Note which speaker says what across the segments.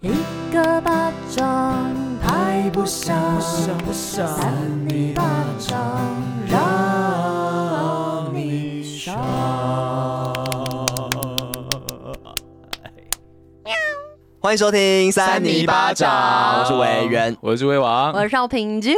Speaker 1: 一个巴掌拍不响，
Speaker 2: 不想
Speaker 1: 扇你巴掌让你爽。
Speaker 3: 欢迎收听三
Speaker 2: 泥巴掌
Speaker 3: 我是委员。
Speaker 2: 我是威王，
Speaker 1: 我是少平就，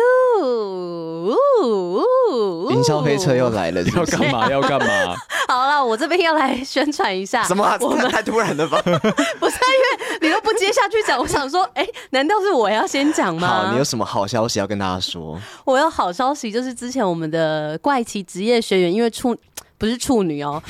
Speaker 3: 云霄飞车又来了是
Speaker 2: 要
Speaker 3: 不是，
Speaker 2: 干嘛？要干嘛？
Speaker 1: 好了，我这边要来宣传一下。
Speaker 3: 什么、啊？
Speaker 1: 我们
Speaker 3: 太太突然了吧？
Speaker 1: 不是因为你都不接下去讲，我想说， 哎、难道是我要先讲 吗？
Speaker 3: 好，你有什么好消息要跟大家说？
Speaker 1: 我有好消息，就是之前我们的怪奇职业学员，因为处不是处女哦，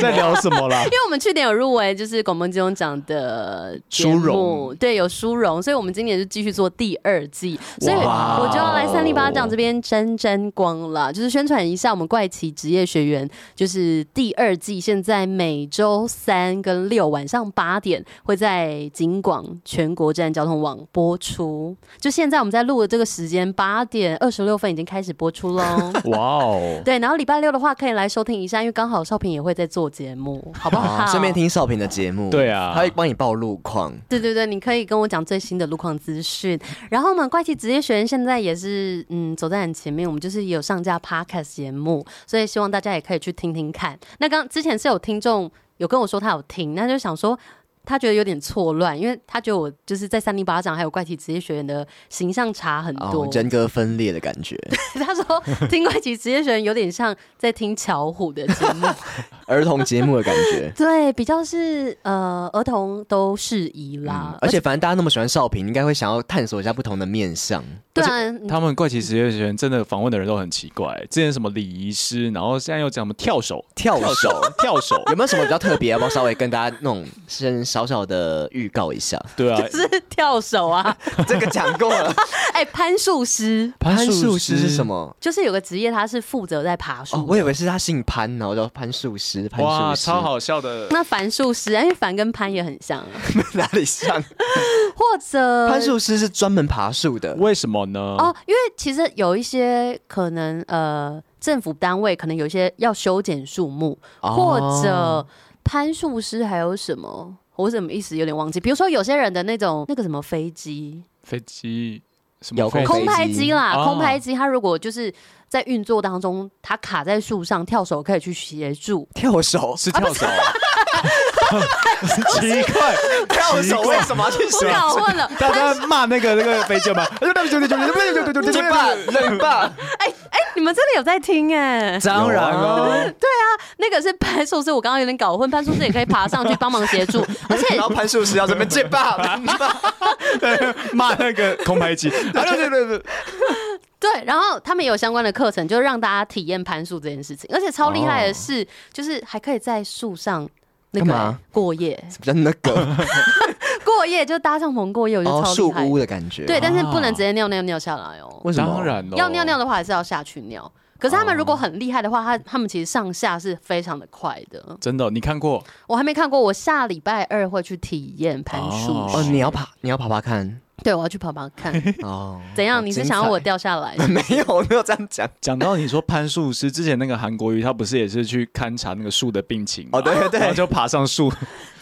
Speaker 2: 在聊什么啦
Speaker 1: 因？为我们去年有入围，就是广播金钟奖的节目
Speaker 3: 殊荣，
Speaker 1: 对，有殊荣，所以我们今年就继续做第二季，所以
Speaker 3: 哇
Speaker 1: 我就要来三立巴掌这边沾沾光了，就是宣传一下我们怪奇职业学员，就是第二季，现在每周三跟六晚上八点会在景广全国站交通网播出，就现在我们在录的这个时间八点二十六分已经开始播出喽。
Speaker 2: 哇哦，
Speaker 1: 对，然后礼拜六的话可以来收听一下，因为刚好少平也会在做 节目，好不好？
Speaker 3: 顺便听少平的节目，
Speaker 2: 对啊
Speaker 3: 他会帮你报路况。
Speaker 1: 对对对，你可以跟我讲最新的路况资讯。然后我们怪奇职业学院现在也是嗯走在很前面，我们就是有上架 podcast 节目，所以希望大家也可以去听听看。那刚之前是有听众有跟我说他有听，那就想说。他觉得有点错乱，因为他觉得我就是在三零巴掌还有怪奇职业学院的形象差很多。
Speaker 3: 哦，人格分裂的感觉，
Speaker 1: 他说听怪奇职业学院有点像在听巧虎的节目，。
Speaker 3: 儿童节目的感觉
Speaker 1: 对，比较是呃儿童都适宜啦。
Speaker 3: 嗯而且反正大家那么喜欢少平，应该会想要探索一下不同的面相。
Speaker 1: 对啊，你
Speaker 2: 他们怪奇职业学员真的访问的人都很奇怪，之前什么礼仪师，然后现在又讲什么跳手、
Speaker 3: 跳手
Speaker 2: 跳手，
Speaker 3: 有没有什么比较特别？要不要稍微跟大家那种先小小的预告一下？
Speaker 2: 对啊，
Speaker 1: 嗯 是跳手啊，
Speaker 3: 这个讲过了。
Speaker 1: 哎、攀树师
Speaker 3: 攀树师是什？么？
Speaker 1: 就是有个职业，他是负责在爬树。
Speaker 3: 哦，我以为是他姓潘，然后叫攀树师。攀
Speaker 2: 哇，
Speaker 3: 树师
Speaker 2: 超，好笑的。
Speaker 1: 那樊树师，因为樊跟攀也很像啊，
Speaker 3: 哪里 像？
Speaker 1: 或者
Speaker 3: 攀树师是专门爬树的。
Speaker 2: 为什么呢？
Speaker 1: 哦，因为其实有一些可能呃，政府单位可能有一些要修剪树木，
Speaker 3: 哦
Speaker 1: 或者攀树师还有什么？我怎么一时有点忘记？比如说有些人的那种那个什么飞机，
Speaker 2: 飞机什
Speaker 3: 遥
Speaker 2: 么
Speaker 3: 控
Speaker 2: 飞
Speaker 3: 飞
Speaker 1: 空拍机啦，
Speaker 2: 哦
Speaker 1: 空拍机它如果就是在运作当中，它卡在树上，跳手可以去协助。
Speaker 3: 跳手
Speaker 2: 是跳手，奇怪，
Speaker 3: 跳手为什么要去
Speaker 1: 我
Speaker 3: 水？
Speaker 1: 搞混
Speaker 3: 啊
Speaker 1: 了，
Speaker 2: 大家骂那个那个飞机吗？对对对对对对对对对
Speaker 3: 你爸，冷爸，
Speaker 1: 哎你们真的有在听哎、
Speaker 3: 当然哦。
Speaker 1: 那个是攀树师，我刚刚有点搞混，攀树师也可以爬上去帮忙协助，而且
Speaker 3: 然后攀树师要这边结巴，
Speaker 2: 骂那个空拍机，
Speaker 3: 对对对对，
Speaker 1: 对，然后他们也有相关的课程，就让大家体验攀树这件事情，而且超厉害的是，就是还可以在树上。那
Speaker 3: 哦干
Speaker 1: 个欸
Speaker 3: 嘛
Speaker 1: 过夜，
Speaker 3: 比较那 个
Speaker 1: 过夜就搭帐篷过夜，我觉
Speaker 3: 哦
Speaker 1: 得超
Speaker 3: 树
Speaker 1: 厉害。
Speaker 3: 屋的感觉。
Speaker 1: 对，但是不能
Speaker 2: 啊
Speaker 1: 直接尿尿尿下来哦。
Speaker 3: 为什么？
Speaker 2: 当然了，
Speaker 1: 要尿尿的话，还是要下去尿。可是他们如果很厉害的话，他他们其实上下是非常的快的。
Speaker 2: 真的，你看过？
Speaker 1: 我还没看过，我下礼拜二会去体验攀树
Speaker 2: 哦
Speaker 3: 哦，你要爬，你要爬爬 看
Speaker 1: 对，我要去爬爬 看。
Speaker 3: 哦。
Speaker 1: 怎
Speaker 3: 好
Speaker 1: 样？你是想要我？掉下来？
Speaker 3: 精彩 没有，我没有这样讲。
Speaker 2: 讲到你说攀树师之前那个韩国瑜，他不是也是去勘察那个树的病情吗
Speaker 3: 哦，对对
Speaker 2: 然后
Speaker 3: 对，
Speaker 2: 就爬上树，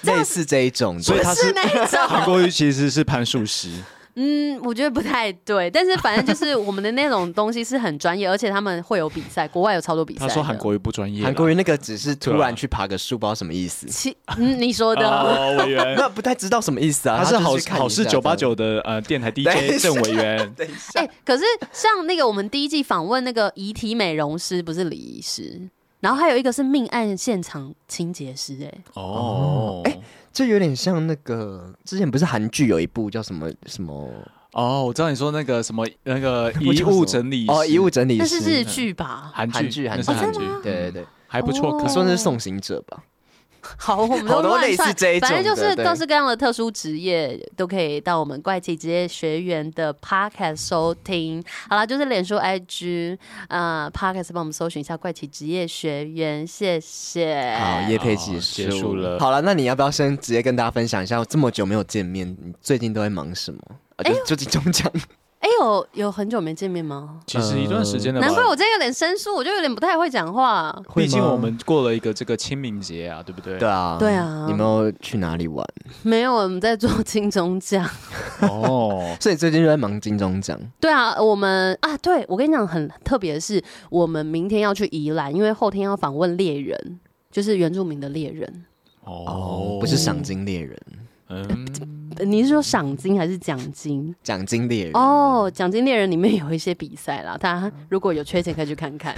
Speaker 3: 类似这一种的，
Speaker 2: 所以他
Speaker 1: 是
Speaker 2: 是
Speaker 1: 那一
Speaker 2: 韩
Speaker 1: 种，
Speaker 2: 国瑜其实是攀树 师，
Speaker 1: 嗯，我觉得不太对。但是反正就是我们的那种东西是很专业，而且他们会有比赛，国外有超多比赛
Speaker 2: 他
Speaker 1: 的。
Speaker 2: 说韩国瑜不专业啦，
Speaker 3: 韩国瑜那个只是突
Speaker 2: 对
Speaker 3: 然
Speaker 2: 啊
Speaker 3: 去爬个树，不知道什么意思，
Speaker 1: 其嗯，你说的
Speaker 2: 哦，委员，
Speaker 3: 那不太知道什么意思啊。
Speaker 2: 他是好
Speaker 3: 就去看一
Speaker 2: 好事
Speaker 3: 下
Speaker 2: 九八
Speaker 3: 这样。
Speaker 2: 九的呃电台
Speaker 3: 等一
Speaker 2: DJ
Speaker 3: 下
Speaker 2: 郑委 员，
Speaker 3: 等一下
Speaker 1: 哎、可是像那个我们第一季访问那个遗体美容师，不是李医师，然后还有一个是命案现场清洁师、哎。
Speaker 2: 哦，哎，
Speaker 3: 这有点像那个之前不是韩剧有一部叫什么什么
Speaker 2: 哦，我知道你说那个什么那个
Speaker 3: 我
Speaker 2: 遗
Speaker 3: 叫什么
Speaker 2: 物整理
Speaker 3: 哦，
Speaker 2: 师
Speaker 3: 遗物整理
Speaker 1: 那
Speaker 3: 师
Speaker 1: 是日剧吧？
Speaker 2: 韩
Speaker 3: 韩
Speaker 2: 剧
Speaker 3: 剧
Speaker 2: 那
Speaker 3: 韩
Speaker 2: 是
Speaker 3: 剧
Speaker 2: 韩
Speaker 1: 哦真的吗
Speaker 2: 剧，
Speaker 3: 对对对，
Speaker 2: 还不错
Speaker 1: 哦
Speaker 3: 你
Speaker 2: 看，
Speaker 3: 说那是送行者吧？
Speaker 1: 好，我们都
Speaker 3: 好多
Speaker 1: 乱
Speaker 3: 类
Speaker 1: 算
Speaker 3: 似这一，种
Speaker 1: 反
Speaker 3: 的
Speaker 1: 正就是
Speaker 3: 对
Speaker 1: 各式各样的特殊职业都可以到我们怪奇职业学员的 podcast 收听。好啦，就是脸书、IG 啊、呃、podcast 帮我们搜寻一下怪奇职业学员，谢谢。
Speaker 3: 好，叶佩琪
Speaker 2: 哦结束了
Speaker 3: 好了，那你要不要先直接 跟大家分享一下，这么久没有见面，你最近都在忙什么？啊、就就金钟奖，
Speaker 1: 哎、有有很久没见面吗？
Speaker 2: 其实一段时间了吧。
Speaker 1: 难怪我今天有点生疏，我就有点不太会讲话。
Speaker 2: 毕竟我们过了一个这个清明节啊，对不对？
Speaker 3: 对啊，
Speaker 1: 对啊
Speaker 3: 你们有去哪里玩？
Speaker 1: 没有，我们在做 金钟奖。
Speaker 2: 哦，
Speaker 3: 所以最近就在忙金钟奖，
Speaker 1: 对啊，我们啊，对我跟你讲，很特别的是，我们明天要去宜兰，因为后天要访问猎人，就是原住民的猎人。
Speaker 2: 哦，
Speaker 3: 不是赏金猎人，
Speaker 2: 嗯，
Speaker 1: 呃你是说赏金还是奖金？
Speaker 3: 奖金猎人。
Speaker 1: 哦，奖金猎人里面有一些比赛啦，大家如果有缺钱可以去看看。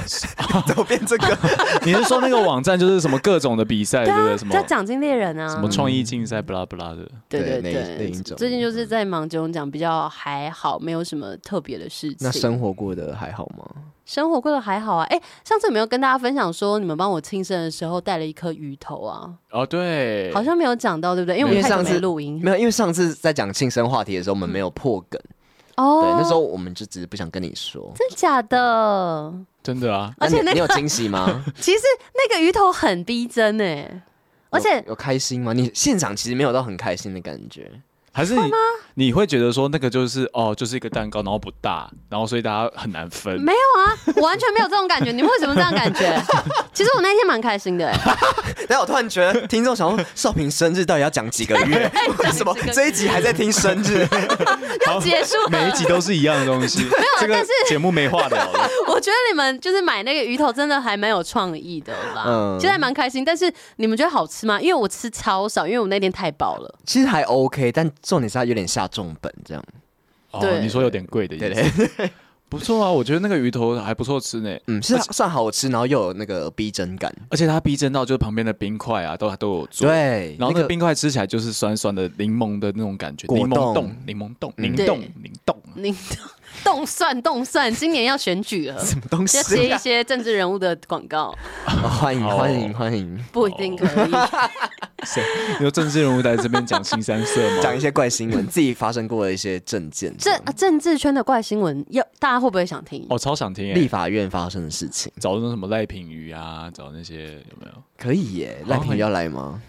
Speaker 3: 怎么变这
Speaker 1: 哦
Speaker 3: 个？
Speaker 2: 你是说那个网站就是什么各种的比
Speaker 3: 啊
Speaker 2: 赛，对不对？什么
Speaker 1: 啊叫奖金猎人啊？
Speaker 2: 什么创意竞赛，不啦不啦的。
Speaker 1: 对对
Speaker 3: 对那
Speaker 1: 对
Speaker 3: 那一种嗯
Speaker 1: 最近就是在忙金钟奖，比较还好，没有什么特别的事情。
Speaker 3: 那生活过得还好吗？
Speaker 1: 生活过得还好啊。哎、上次有没有跟大家分享说，你们帮我庆生的时候带了一颗鱼头啊？
Speaker 2: 哦，对，
Speaker 1: 好像没有讲到，对不对？因为我
Speaker 3: 因为
Speaker 1: 们太久
Speaker 3: 上
Speaker 1: 没
Speaker 3: 次
Speaker 1: 录音
Speaker 3: 没有，因为上次在讲庆生话题的时候，我们没有破梗。
Speaker 1: 哦
Speaker 3: 对，那时候我们就只是不想跟你说。
Speaker 1: 真假的？
Speaker 2: 真的啊，
Speaker 1: 而且
Speaker 3: 那
Speaker 1: 那
Speaker 3: 你你 有
Speaker 1: 个
Speaker 3: 惊喜吗？
Speaker 1: 其实那个鱼头很逼真哎、而且
Speaker 3: 有有开心吗？你现场其实没有到很开心的感觉。
Speaker 2: 还是你你会觉得说那个就是哦，就是一个蛋糕，然后不大，然后所以大家很难分。
Speaker 1: 没有啊，我完全没有这种感觉。你们为什么这样感 觉？其实我那天蛮开心 的、欸，
Speaker 3: 但我突然觉得听众想说，少平生日到底要讲几个 月？为什么这一集还在听生日？
Speaker 2: 好
Speaker 1: 结束了。
Speaker 2: 每一集都是一样的 东西，这个节目没话聊了。
Speaker 1: 我觉得你们就是买那个鱼头真的还蛮有创意的啦，
Speaker 3: 嗯
Speaker 1: 其实还蛮开心。但是你们觉得好吃吗？因为我吃超少，因为我那天太饱了。
Speaker 3: 其实还 OK，但重点是他有点下重本这样。
Speaker 2: 哦，
Speaker 1: 对
Speaker 2: 你说有点贵的意
Speaker 3: 对
Speaker 2: 思，
Speaker 3: 对，
Speaker 2: 不错啊，我觉得那个鱼头还不错吃呢，
Speaker 3: 嗯，是算好吃，然后又有那个逼真感。
Speaker 2: 而且它逼真到就是旁边的冰块啊都都有做。
Speaker 3: 对，
Speaker 2: 然后那
Speaker 3: 那
Speaker 2: 个
Speaker 3: 个
Speaker 2: 冰块吃起来就是酸酸的柠檬的那种感觉，
Speaker 3: 果
Speaker 2: 柠檬
Speaker 3: 冻
Speaker 2: 冻，柠檬冻，
Speaker 3: 嗯
Speaker 2: 凝冻
Speaker 1: 对，
Speaker 2: 凝冻。啊
Speaker 1: 你 动算动算，今年要选举 了，
Speaker 3: 什么东
Speaker 1: 要接
Speaker 3: 西
Speaker 1: 一
Speaker 3: 啊？
Speaker 1: 些政治人物的广告，
Speaker 3: 哦欢迎
Speaker 2: 哦
Speaker 3: 欢迎欢迎，
Speaker 1: 不一定可 以。
Speaker 2: 谁？你说政治人物在这边讲新三色吗？
Speaker 3: 讲一些怪新闻，自己发生过的一些证件，
Speaker 1: 政啊政治圈的怪新闻，要大家会不会想听？
Speaker 2: 哦，超想听
Speaker 3: 立
Speaker 2: 耶！
Speaker 3: 法院发生的事情，
Speaker 2: 找那种什么赖品妤啊，找那些有没有？
Speaker 3: 可以耶。赖
Speaker 2: 好
Speaker 3: 平要来吗？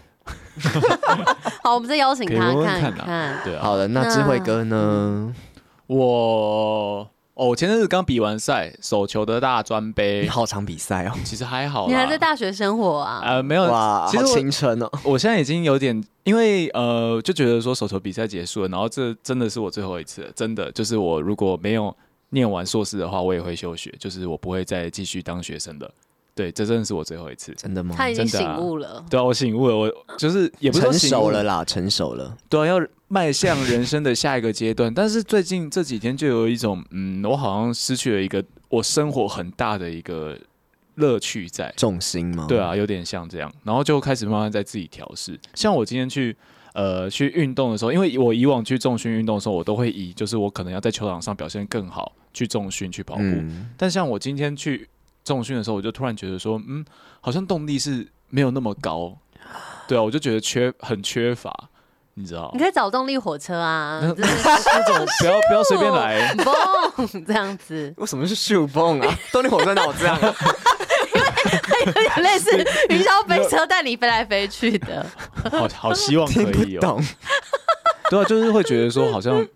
Speaker 1: 好，我们再邀请
Speaker 2: 可以
Speaker 1: 他
Speaker 2: 问问
Speaker 1: 看
Speaker 2: 看啊
Speaker 1: 看。
Speaker 2: 对啊，
Speaker 3: 好的，那智慧哥
Speaker 2: 嗯
Speaker 3: 呢？
Speaker 2: 我哦，我前阵子刚比完赛，手球的大专
Speaker 3: 你
Speaker 2: 杯，
Speaker 3: 好场比赛哦，
Speaker 2: 其实还好啦。
Speaker 1: 你还在大学生活啊？
Speaker 2: 呃没有
Speaker 3: 哇，，
Speaker 2: 其
Speaker 3: 好
Speaker 2: 实我
Speaker 3: 青春哦。
Speaker 2: 我现在已经有点，因为呃，就觉得说手球比赛结束了，然后这真的是我最后一次了，真的就是我如果没有念完硕士的话，我也会休学，就是我不会再继续当学生的。对，这真的是我最后一次。
Speaker 3: 真的吗？
Speaker 1: 他已经
Speaker 2: 真的
Speaker 1: 醒
Speaker 2: 啊
Speaker 1: 悟了。
Speaker 2: 对啊，我醒悟了，我就是也不是说
Speaker 3: 成
Speaker 2: 醒悟
Speaker 3: 熟了，啦，成熟了。
Speaker 2: 对啊，要迈向人生的下一个阶段。 但是最近这几天就有一种，嗯，我好像失去了一个我生活很大的一个乐趣在。
Speaker 3: 重心吗？
Speaker 2: 对，啊，有点像这样，然后就开始慢慢在自己调试。像我今天去呃去运动的时候，因为我以往去重训运动的时候，我都会以就是我可能要在球场上表现更好去重训去跑步。
Speaker 3: 嗯，
Speaker 2: 但像我今天去重训的时候，我就突然觉得说，嗯，好像动力是没有那么高。对啊，我就觉得缺很缺乏，你知道
Speaker 3: 哦
Speaker 1: 你？可以找动力火 车啊，
Speaker 2: 那
Speaker 1: 就是
Speaker 2: 那种不要不要随便来。
Speaker 1: 嘣这样 子，
Speaker 3: 为什么是秀蹦 啊？动力火车哪有这样啊？
Speaker 1: 有点类似云霄飞车带你飞来飞去的。
Speaker 2: 好好希望
Speaker 3: 听
Speaker 2: 可
Speaker 3: 不
Speaker 2: 以哦。
Speaker 3: 懂。
Speaker 2: 对啊，就是会觉得说，好像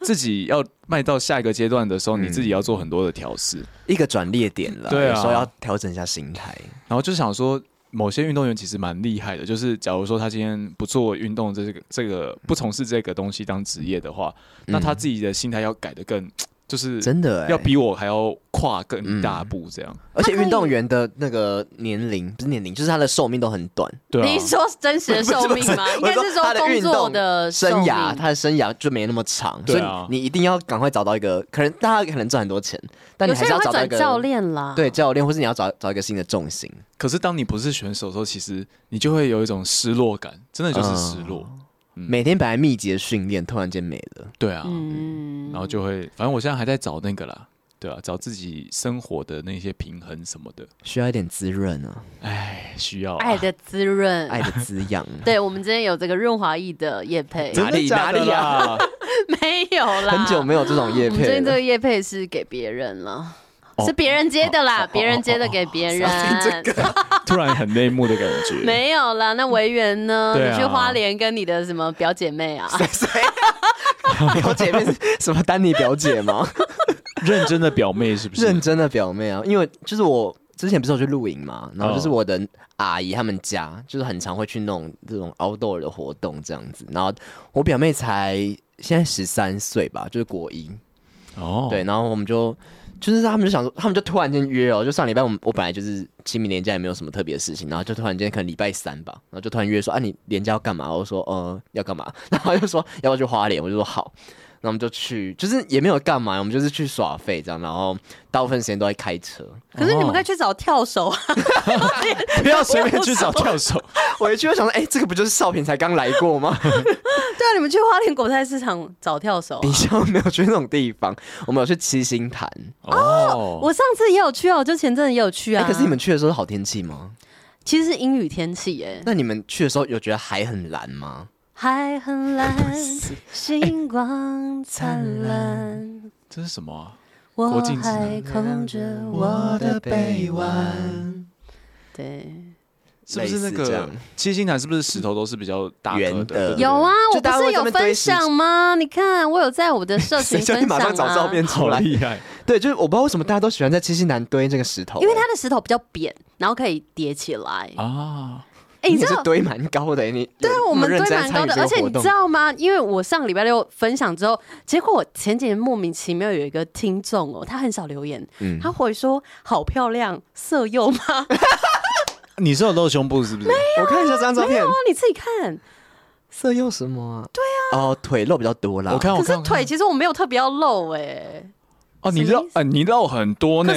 Speaker 2: 自己要迈到下一个阶段的时候，你
Speaker 3: 嗯
Speaker 2: 自己要做很多的调试，
Speaker 3: 一个转捩点了，
Speaker 2: 对啊
Speaker 3: 有时候要调整一下心态。
Speaker 2: 然后就想说，某些运动员其实蛮厉害的，就是假如说他今天不做运动这个这个不从事这个东西当职业的话，那
Speaker 3: 嗯
Speaker 2: 他自己的心态要改的更，就是
Speaker 3: 真的、欸，
Speaker 2: 要比我还要跨更大步这样。
Speaker 3: 而且运动员的那个年龄不是年龄，就是他的寿命都很短。
Speaker 2: 对
Speaker 1: 你
Speaker 2: 啊
Speaker 1: 是，说真实的寿命 吗？应
Speaker 3: 我
Speaker 1: 该
Speaker 3: 是
Speaker 1: 是说
Speaker 3: 他的
Speaker 1: 工
Speaker 3: 运
Speaker 1: 作
Speaker 3: 动
Speaker 1: 的寿
Speaker 3: 生
Speaker 1: 命
Speaker 3: 涯，他的生涯就没那么长，所
Speaker 2: 对
Speaker 3: 以
Speaker 2: 啊
Speaker 3: 你一定要赶快找到一个，可能大家可能赚很多钱，但你
Speaker 1: 有
Speaker 3: 还
Speaker 1: 些
Speaker 3: 是要
Speaker 1: 人会
Speaker 3: 找到一个
Speaker 1: 转教，练啊啦。
Speaker 3: 对教练，或是你要找找一个新的重心。
Speaker 2: 可是当你不是选手的时候，其实你就会有一种失落感，真的就是失落。
Speaker 3: 嗯
Speaker 2: 嗯
Speaker 3: 每天本来密集的训练，突然间没了。
Speaker 2: 对啊，
Speaker 1: 嗯，
Speaker 2: 然后就会，反正我现在还在找那个啦，对啊，找自己生活的那些平衡什么的，
Speaker 3: 需要一点滋润啊，
Speaker 2: 哎，需要啊
Speaker 1: 爱的滋润。
Speaker 3: 爱的滋养。
Speaker 1: 嗯
Speaker 3: 啊
Speaker 1: 对，我们今天有这个润滑液的叶配，
Speaker 2: 真的假的啦？
Speaker 1: 没有啦，
Speaker 3: 很久没有这种夜
Speaker 1: 我们最
Speaker 3: 配
Speaker 1: 近这
Speaker 3: 了，
Speaker 1: 个叶配是给别人了，
Speaker 2: 哦
Speaker 1: 是别人接的啦，别人接的给别人。
Speaker 2: 突然很内幕的感觉。
Speaker 1: 没有啦，那维园呢？
Speaker 2: 对啊
Speaker 1: 你去花莲跟你的什么表姐妹啊？
Speaker 3: 谁表姐妹是什么丹尼表姐吗？
Speaker 2: 认真的表妹是不是？
Speaker 3: 认真的表妹啊，因为就是我之前不是有去露营嘛，然后就是
Speaker 2: 哦
Speaker 3: 我的阿姨他们家就是很常会去弄这种 outdoor 的活动这样子，然后我表妹才现在十三岁吧，就是国一，
Speaker 2: 哦，
Speaker 3: 对，，然后我们就就是他们就想说，他们就突然间约哦，就上礼拜我们我本来就是清明年假也没有什么特别的事情，然后就突然间可能礼拜三吧，然后就突然约说啊你年假要干嘛？我说呃要干嘛？ 然后就说要不要去花莲？我就说好，然后我们就去，就是也没有干嘛，我们就是去耍废这样，然后大部分时间都在开车，
Speaker 1: 可是你们可以去找跳手啊，
Speaker 2: 不要随便去找跳手。
Speaker 3: 我一去就想说，哎、这个不就是少平才刚来过吗？
Speaker 1: 对啊，你们去花莲国泰市场找跳手啊、
Speaker 3: 比较没有去那种地方，我们有去七星潭，
Speaker 2: 哦，
Speaker 1: 我上次也有去哦，就前阵子也有去
Speaker 3: 哎、
Speaker 1: 啊。
Speaker 3: 可是你们去的时候是好天气吗？
Speaker 1: 其实是阴雨天气耶，
Speaker 3: 那你们去的时候有觉得海很蓝吗？
Speaker 1: 海很蓝，星光灿烂，
Speaker 2: 这是什么啊？
Speaker 1: 我
Speaker 2: 国境之南
Speaker 1: 还空着我的臂弯。对，
Speaker 2: 是不是那
Speaker 3: 类似这
Speaker 2: 个
Speaker 3: 样
Speaker 2: 七星潭？是不是石头都是比较大
Speaker 3: 圆
Speaker 2: 颗
Speaker 3: 的
Speaker 2: 的？
Speaker 1: 有啊，我
Speaker 3: 就
Speaker 1: 不
Speaker 3: 大家
Speaker 1: 是
Speaker 3: 会在
Speaker 1: 有
Speaker 3: 那边
Speaker 1: 分
Speaker 3: 堆石
Speaker 1: 享吗？你看，我有在我的社群
Speaker 3: 谁叫
Speaker 1: 分
Speaker 3: 你
Speaker 1: 享
Speaker 3: 马上找照
Speaker 1: 啊
Speaker 3: 片出
Speaker 2: 好
Speaker 3: 来？
Speaker 2: 厉害！
Speaker 3: 对，就是我不知道为什么大家都喜欢在七星南堆这个石头，欸
Speaker 1: 因为它的石头比较扁，然后可以叠起来。
Speaker 2: 啊，
Speaker 1: 哎，你知
Speaker 3: 是
Speaker 1: 道？
Speaker 3: 堆蛮高的，欸你
Speaker 1: 对啊，我们堆蛮高的，而且你知，道吗？因为我上礼拜六分享之后，结果我前几天莫名其妙有一个听众哦，他很少留言，
Speaker 3: 嗯
Speaker 1: 他回说好漂亮，色诱吗？
Speaker 2: 你是有露胸部是不是？
Speaker 3: 我看一下这 张照片，
Speaker 1: 哦，你自己看，
Speaker 3: 色诱什么啊？对啊，哦，腿肉比较多啦。
Speaker 2: 我 看，我
Speaker 1: 可
Speaker 2: 看
Speaker 1: 是
Speaker 2: 我看
Speaker 1: 腿其实我没有特别要露哎、
Speaker 2: 哦，你
Speaker 1: 什么
Speaker 2: 露
Speaker 1: 意思
Speaker 2: 啊，你露很多呢。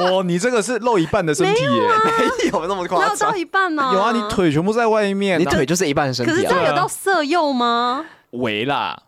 Speaker 2: 哦，你这个是啊露一半的身体耶。
Speaker 3: 没哎有那么
Speaker 1: 露
Speaker 3: 夸张
Speaker 1: 到，一半呢、
Speaker 2: 有啊，你。腿全部在外面。啊
Speaker 3: 你
Speaker 2: 然后
Speaker 3: 腿就是一半身
Speaker 1: 可是
Speaker 3: 体
Speaker 1: 这
Speaker 3: 啊。
Speaker 1: 样有到色诱吗？
Speaker 2: 围啦。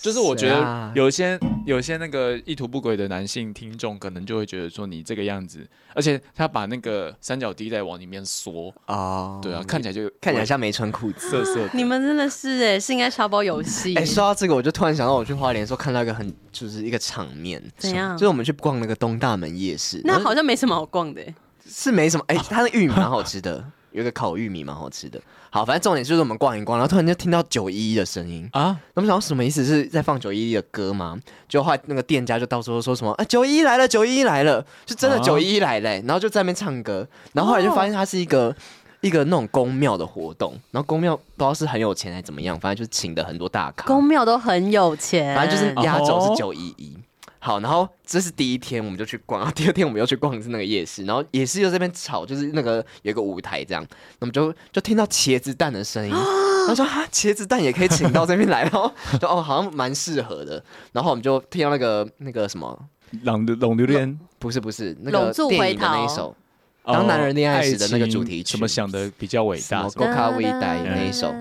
Speaker 2: 就是我觉
Speaker 3: 谁
Speaker 2: 得
Speaker 3: 啊
Speaker 2: 有一些有一些那个意图不轨的男性听众，可能就会觉得说你这个样子，而且他把那个三角地带往里面缩，
Speaker 3: 哦，
Speaker 2: 对啊，看起来就
Speaker 3: 看起来像没穿裤子。
Speaker 2: 色色的。
Speaker 1: 你们真的是哎、是应该沙包游戏。
Speaker 3: 哎，说到这个，我就突然想到，我去花莲的时候看到一个很就是一个场面，
Speaker 1: 怎样
Speaker 3: 就是我们去逛那个东大门夜市，
Speaker 1: 那
Speaker 3: 然后
Speaker 1: 好像没什么好逛的、欸。
Speaker 3: 是没什么，哎、它的玉米蛮好吃的，有一个烤玉米蛮好吃的。好，反正重点就是我们逛一逛，然后突然就听到九一一的声音，
Speaker 2: 啊，
Speaker 3: 我们想说什么意思？是在放九一一的歌吗？就后来那个店家就到处说什么啊九一一来了，九一一来了，是真的
Speaker 2: 啊
Speaker 3: 九一一来了欸、然后就在那边唱歌，然后后来就发现它是一个。一个那种公庙的活动，然后公庙不知道是很有钱还是怎么样，反正就是请的很多大咖，
Speaker 1: 公庙都很有钱，
Speaker 3: 反正就是压轴
Speaker 2: 哦
Speaker 3: 是九一一。好，然后这是第一天，我们就去逛，然后第二天我们又去逛的是那个夜市，然后也是又在那边吵，就是那个有一个舞台这样，那么就就听到茄子蛋的声音，
Speaker 1: 啊
Speaker 3: 然后说哈茄子蛋也可以请到这边来，然后就哦好像蛮适合的，然后我们就听到那个那个什么，
Speaker 2: 冷的冷榴莲，
Speaker 3: 不是不是那
Speaker 1: 拢
Speaker 3: 个
Speaker 1: 住
Speaker 3: 电
Speaker 1: 回
Speaker 3: 影的那一
Speaker 1: 头
Speaker 3: 首，当男人恋爱时的那个主题
Speaker 2: 爱
Speaker 3: 曲
Speaker 2: 情什么想的比较伟大？
Speaker 3: 什么勾卡微带那一首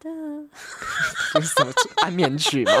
Speaker 3: 就是什么安眠曲 吗？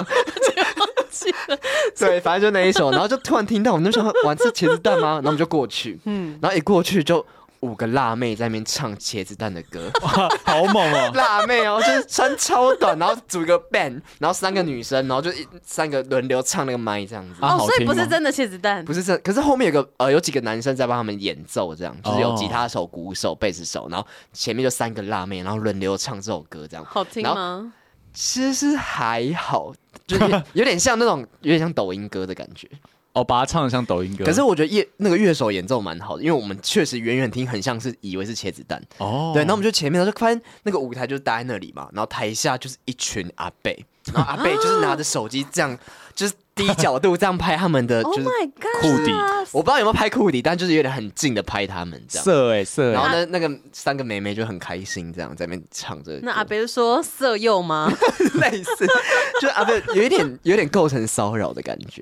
Speaker 3: 对，反正就那一首，然后就突然听到，我们就想玩是茄子蛋吗？然后我们就过去，嗯，然后一过去就五个辣妹在那边唱茄子蛋的歌，
Speaker 2: 哇， 好猛哦！
Speaker 3: 辣妹哦，就是穿超短，然后组一个 band，然后三个女生，然后就一三个轮流唱那个麦这样子。
Speaker 2: 啊好
Speaker 1: 哦，所以
Speaker 2: 听
Speaker 1: 不是
Speaker 2: 吗
Speaker 1: 真的茄子蛋
Speaker 3: 不，是这，可是后面有个呃，有几个男生在帮他们演奏，这样就是有
Speaker 2: 哦
Speaker 3: 吉他手、鼓手、贝斯手，然后前面就三个辣妹，然后轮流唱这首歌，这样
Speaker 1: 好听啊
Speaker 3: 然后
Speaker 1: 吗？
Speaker 3: 其实还好， 就是有点像那种有点像抖音歌的感觉。
Speaker 2: 哦，把它唱的像抖音歌。
Speaker 3: 可是我觉得乐那个乐手演奏蛮好的，因为我们确实远远听很像是以为是茄子蛋，
Speaker 2: 哦，
Speaker 3: 对，那我们就前面就发现那个舞台就搭在那里嘛，然后台下就是一群阿 贝，然后阿贝就是拿着手机这样，就是低角度这样拍他们 的，就
Speaker 1: Oh
Speaker 3: 是
Speaker 1: my god！
Speaker 2: 裤底
Speaker 3: 我不知道有没有拍库里，但就是有点很近的拍他们这样。
Speaker 2: 色哎色
Speaker 3: 然后
Speaker 2: 欸，
Speaker 3: 呢，那个三个妹妹就很开心，这样在那边唱着。
Speaker 1: 那阿北就说色诱吗？
Speaker 3: 类似，就是阿贝有一点有点构成骚扰的感觉。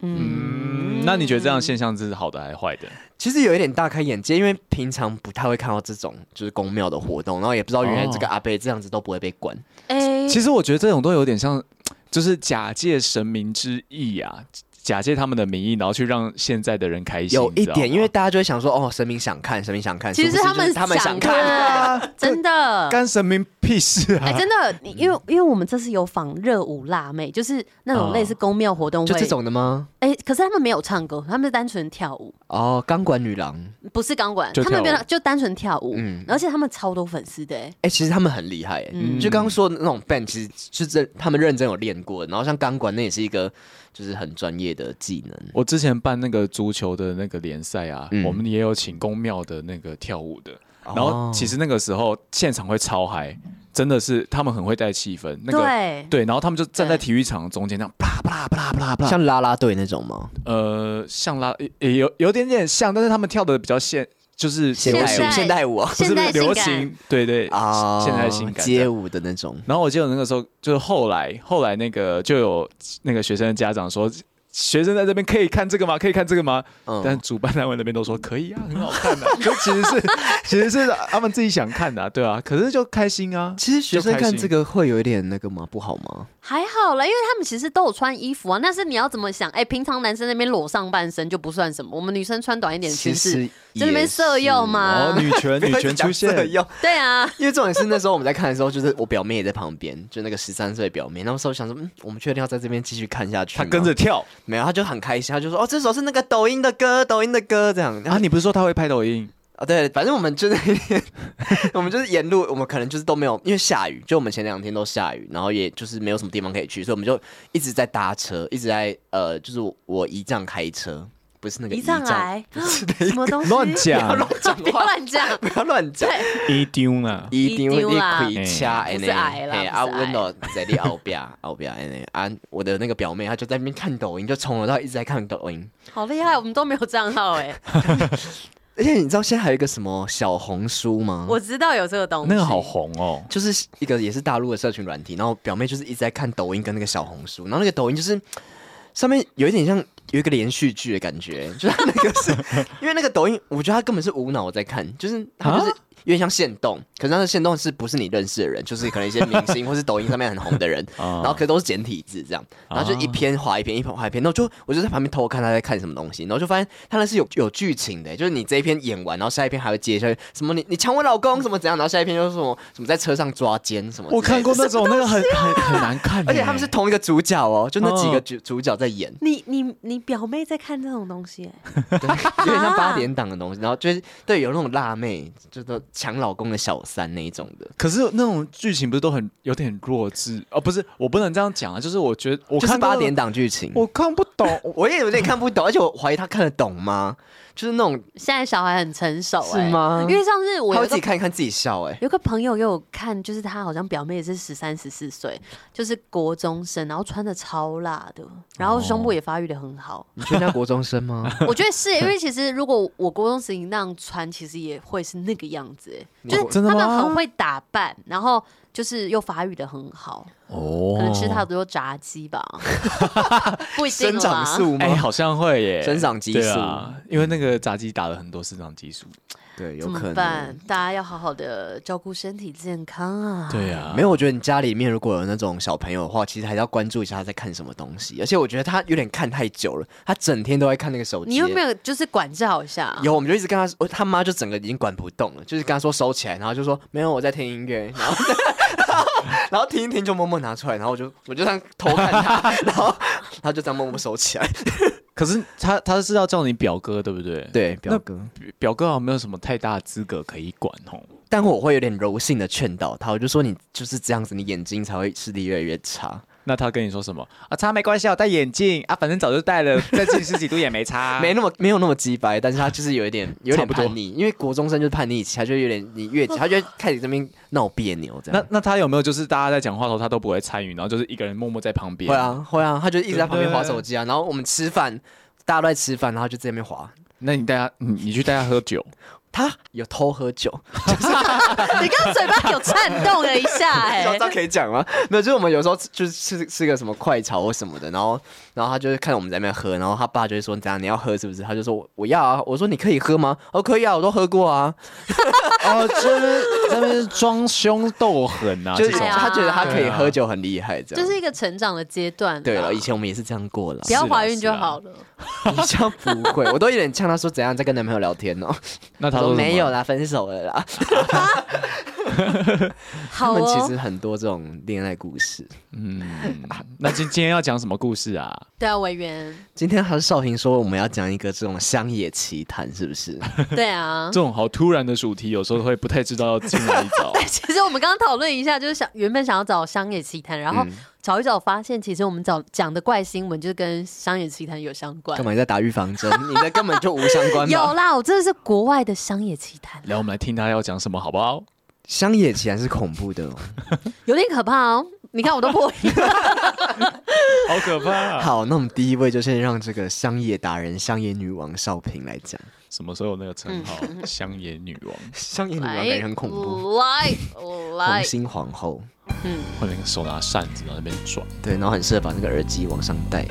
Speaker 2: 嗯，那你觉得这样现象是好的还是坏的？
Speaker 3: 其实有一点大开眼界，因为平常不太会看到这种就是公庙的活动，然后也不知道原来这个阿贝这样子都不会被关。
Speaker 1: 哎，
Speaker 3: 嗯
Speaker 2: 其实我觉得这种都有点像，就是假借神明之意啊，假借他们的名义，然后去让现在的人开心。
Speaker 3: 有
Speaker 2: 你
Speaker 3: 一
Speaker 2: 知道
Speaker 3: 点，
Speaker 2: 吗
Speaker 3: 因为大家就会想说，哦，神明想看，神明想看。
Speaker 1: 其实
Speaker 3: 殊不知
Speaker 1: 他
Speaker 3: 就
Speaker 1: 们
Speaker 3: 是他们
Speaker 1: 想
Speaker 3: 想看，
Speaker 1: 看，真的。
Speaker 2: 干神明屁事啊！
Speaker 1: 哎、真的，你因为因为我们这次有访热舞辣妹，就是那种类似宫庙活动会，
Speaker 3: 哦就这种的吗？
Speaker 1: 哎、可是他们没有唱歌，他们是单纯跳舞，
Speaker 3: 哦，钢管女郎，
Speaker 1: 不是钢管，
Speaker 2: 就
Speaker 1: 他们
Speaker 2: 跳舞
Speaker 1: 没有就单纯跳舞，
Speaker 3: 嗯
Speaker 1: 而且他们超多粉丝的、哎
Speaker 3: 哎，其实他们很厉害，哎
Speaker 1: 嗯
Speaker 3: 就刚刚说的那种 band，其实是真他们认真有练过的。然后像钢管，那也是一个就是很专业的技能。
Speaker 2: 我之前办那个足球的那个联赛啊，
Speaker 3: 嗯哦
Speaker 2: 我们也有请宫庙的那个跳舞的，然后其
Speaker 3: 实
Speaker 2: 实那个时候现场会超嗨，真的是他们很会带气氛。那个
Speaker 1: 对，
Speaker 2: 对，然后他们就站在
Speaker 1: 对
Speaker 2: 体育场中间这样啪啪啪啪啪啪，
Speaker 3: 像啦啦队那种吗？
Speaker 2: 呃像拉也也有有点点像，但是他们跳的比较现就是
Speaker 3: 现
Speaker 1: 代
Speaker 3: 代
Speaker 1: 舞
Speaker 3: 舞，现代舞啊
Speaker 2: 不是
Speaker 1: 现代性
Speaker 2: 流
Speaker 1: 感
Speaker 2: 行，对对
Speaker 3: 啊，
Speaker 2: 现代性感这样
Speaker 3: 街舞的那种。
Speaker 2: 然后我记得那个时候，就是后来后来那个就有那个学生的家长说，学生在这边可以看这个吗？可以看这个吗？
Speaker 3: 嗯
Speaker 2: 但主办单位那边都说可以啊，很好看的、 啊，就其实是其实是他们自己想看的、啊，对啊。可是就开心啊，
Speaker 3: 其实学生
Speaker 2: 就开
Speaker 3: 看
Speaker 2: 心
Speaker 3: 这个会有一点那个吗？不好吗？
Speaker 1: 还好啦，因为他们其实都有穿衣服啊，但是你要怎么想？哎、平常男生那边裸上半身就不算什么，我们女生穿短一点
Speaker 3: 其
Speaker 1: 其
Speaker 3: 实
Speaker 1: 实
Speaker 3: 也
Speaker 1: 在那边色 诱嘛啊
Speaker 2: 哦，女权女权出现，
Speaker 3: 用。
Speaker 1: 对啊，
Speaker 3: 因为重点是那时候我们在看的时候，就是我表妹也在旁边，就那个十三岁表妹。那时候想说，嗯，我们确定要在这边继续看下去
Speaker 2: 她
Speaker 3: 吗？
Speaker 2: 跟着跳
Speaker 3: 没有，她就很开心，她就说：“哦，这首是那个抖音的歌，抖音的歌。”这样，然
Speaker 2: 啊！
Speaker 3: 后
Speaker 2: 你不是说她会拍抖音？
Speaker 3: 啊，对，反正我们就是 我们就是沿路，我们可能就是都没有，因为下雨，就我们前两天都下雨，然后也就是没有什么地方可以去，所以我们就一直在搭车，一直在呃，就是我我姨丈开车，不是那个
Speaker 1: 一上
Speaker 3: 丈，
Speaker 1: 来 什么东西？
Speaker 2: 乱
Speaker 3: 不要
Speaker 2: 讲，
Speaker 3: 乱讲
Speaker 1: 不要
Speaker 3: 话，
Speaker 1: 乱讲，
Speaker 3: 不要乱讲。
Speaker 2: 一丢啊呢？
Speaker 3: 一啊定会
Speaker 1: 一定啦
Speaker 3: 你开车安
Speaker 1: 不
Speaker 3: 尼，
Speaker 1: 是矮啦
Speaker 3: 嘿啊，
Speaker 1: 不是
Speaker 3: 阮
Speaker 1: 矮
Speaker 3: 都在你后壁后壁安尼啊，我的那个表妹她就在那边看抖音，就从头到尾一直在看抖音。
Speaker 1: 好厉害，我们都没有账号哎、
Speaker 3: 而且你知道现在还有一个什么小红书吗？
Speaker 1: 我知道有这个东西，
Speaker 2: 那个好红哦，
Speaker 3: 就是一个也是大陆的社群软体，然后表妹就是一直在看抖音跟那个小红书，然后那个抖音就是上面有一点像有一个连续剧的 感觉，就是它那个是因为那个抖音，我觉得他根本是无脑在看，就是他就是有点像限动，可是他的限动是不是你认识的人，就是可能一些明星 或是抖音上面很红的 人，
Speaker 2: 啊
Speaker 3: 然后可是都是简体字这样，然后就一篇划一篇，一篇划一篇，然后就我就在旁边偷看他在看什么东西，然后就发现他那是有有剧情的，就是你这一篇演完，然后下一篇还会接下去什么你你抢我老公什么怎样，然后下一篇就是什么什么在车上抓奸什么之类的，
Speaker 2: 我看过那种那个很很很难看的，
Speaker 3: 而且他们是同一个主角哦，就那几个
Speaker 2: 哦
Speaker 3: 主主角在演，
Speaker 1: 你你你表妹在看这种东西、哎
Speaker 3: 对有点像八点档的东西，然后就是对有那种辣妹，就是说抢老公的小三那一种的，
Speaker 2: 可是那种剧情不是都很有点弱智啊？不是，我不能这样讲啊，就是我觉得我
Speaker 3: 就是
Speaker 2: 看
Speaker 3: 八
Speaker 2: 八
Speaker 3: 点，档剧情。
Speaker 2: 我看不懂。
Speaker 3: 我也有点看不懂，而且我怀疑他看得懂吗？就是那种
Speaker 1: 现在小孩很成熟、哎
Speaker 3: 是吗
Speaker 1: 因为上次我
Speaker 3: 他会
Speaker 1: 有一
Speaker 3: 自
Speaker 1: 个
Speaker 3: 己看一看自己笑、欸，哎，
Speaker 1: 有个朋友给我看，就是他好像表妹也是十三十四岁，就是国中生，然后穿的超辣的，然后
Speaker 2: 哦
Speaker 1: 胸部也发育的很好。
Speaker 3: 你确定他国中生 吗？
Speaker 1: 我觉得是因为其实如果我国中时期那样穿，其实也会是那个样子、哎
Speaker 2: 哦
Speaker 1: 就是
Speaker 2: 真的
Speaker 1: 他们
Speaker 2: 吗
Speaker 1: 很会打扮，然后就是又发育的很好，
Speaker 2: 哦
Speaker 1: 可能吃太多炸鸡吧， 不一定
Speaker 3: 哦生
Speaker 1: 啦
Speaker 3: 长素吗？
Speaker 2: 哎、好像会耶，
Speaker 3: 生长激素
Speaker 2: 对啊，因为那个炸鸡打了很多生长激素。
Speaker 3: 对，有
Speaker 1: 怎
Speaker 3: 可
Speaker 1: 么
Speaker 3: 能
Speaker 1: 办。？大家要好好的照顾身体健康啊！
Speaker 2: 对啊，
Speaker 3: 没有，我觉得你家里面如果有那种小朋友的话，其实还是要关注一下他在看什么东西。而且我觉得他有点看太久了，他整天都在看那个手机。
Speaker 1: 你有没有就是管教一下？
Speaker 3: 有，我们就一直跟他说，他妈就整个已经管不动了，就是跟他说收起来，然后就说没有，我在听音乐，然后 然后听一听就默默拿出来，然后我就我就这样偷看他，然后 他就这样默默收起来。
Speaker 2: 可是他他是要叫你表哥，对不对？，
Speaker 3: 对，
Speaker 2: 表
Speaker 3: 哥，
Speaker 2: 表哥好像没有什么太大的资格可以管哦。
Speaker 3: 但我会有点柔性的劝导他，我就说你就是这样子，你眼睛才会视力越来越差。
Speaker 2: 那他跟你说什么啊？擦没关系啊，我戴眼镜啊，反正早就戴了，再近十几度 也没差。
Speaker 3: 没那么没有那么鸡掰，但是他就是有一点有 一
Speaker 2: 差
Speaker 3: 点
Speaker 2: 不多
Speaker 3: 叛逆，因为国中生就是叛逆期，他就有点你越他就会开始这边闹别扭这
Speaker 2: 那
Speaker 3: 样。
Speaker 2: 那他有没有就是大家在讲话的时候他都不会参与，然后就是一个人默默在旁边？
Speaker 3: 会，啊会啊，他就一直在旁边
Speaker 2: 对
Speaker 3: 划手机啊，然后我们吃饭，大家都在吃饭，然后他就在那边划。
Speaker 2: 那你带他，你你去带他喝酒，
Speaker 3: 他有偷喝酒，
Speaker 1: 你刚刚嘴巴有颤动了一下、 哎
Speaker 3: 知道可以讲吗？没有，就是我们有时候吃就是吃吃个什么快炒或什么的，然后然后他就是看我们在那边喝，然后他爸就会说：“怎样你要喝是不是？”他就说：“我我要啊。”我说：“你可以喝吗？”哦，可以啊，我都喝过啊。
Speaker 2: 哦，就是在那边装凶斗狠啊，
Speaker 3: 就是
Speaker 2: 这种
Speaker 1: 哎呀
Speaker 3: 他觉得他可以
Speaker 2: 对啊
Speaker 3: 喝酒很厉害，这样
Speaker 1: 就是一个成长的阶段。
Speaker 3: 对啊
Speaker 1: 了
Speaker 2: 啊
Speaker 3: 了。以，前我们也是这样过了
Speaker 1: 不，要
Speaker 2: 是啦
Speaker 1: 怀孕
Speaker 2: 是
Speaker 1: 就
Speaker 2: 啦
Speaker 1: 好了。
Speaker 3: 比较不会，我都有点呛他说怎样在跟男朋友聊天哦，
Speaker 2: 那
Speaker 3: 他
Speaker 2: 他
Speaker 3: 说
Speaker 2: 说
Speaker 3: 没有
Speaker 2: 了，
Speaker 3: 啦，分手了啦。他
Speaker 1: 好
Speaker 3: 们其
Speaker 1: 哦
Speaker 3: 实，很多这种恋爱故事。
Speaker 2: 嗯，那今今天要讲什么故事啊？
Speaker 1: 对啊，委员，
Speaker 3: 今天还是少平说我们要讲一个这种乡野奇谈，是不是？
Speaker 1: 对啊
Speaker 2: 这。种好突然的主题，有时候会不太知道要进来一招。
Speaker 1: 其实我们刚刚讨论一下，就是想原本想要找乡野奇谈，然
Speaker 3: 嗯
Speaker 1: 后找一找发现，其实我们找讲的怪新闻就是跟乡野奇谈有相关
Speaker 3: 干。嘛你在打预防针？你的根本就无相关
Speaker 1: 有
Speaker 3: 吧？
Speaker 1: 啦，我真的是国外的乡野奇谈，
Speaker 2: 来，我们来听他要讲什么，好不好？
Speaker 3: 乡野奇谈是恐怖的、哦。
Speaker 1: 有点可怕哦。你看我都破 音了，
Speaker 2: 好可怕、
Speaker 3: 好，那我们第一位就先让这个乡野达人、乡野女王少平来讲。
Speaker 2: 什么时候有那个称号“乡野女王
Speaker 3: 乡野女王感觉很恐怖，
Speaker 1: 来
Speaker 3: 红
Speaker 1: 来，
Speaker 3: 心皇后。”？
Speaker 2: 会那个手拿扇子，然后在那边转。
Speaker 3: 对，然后很适合把那个耳机往上戴。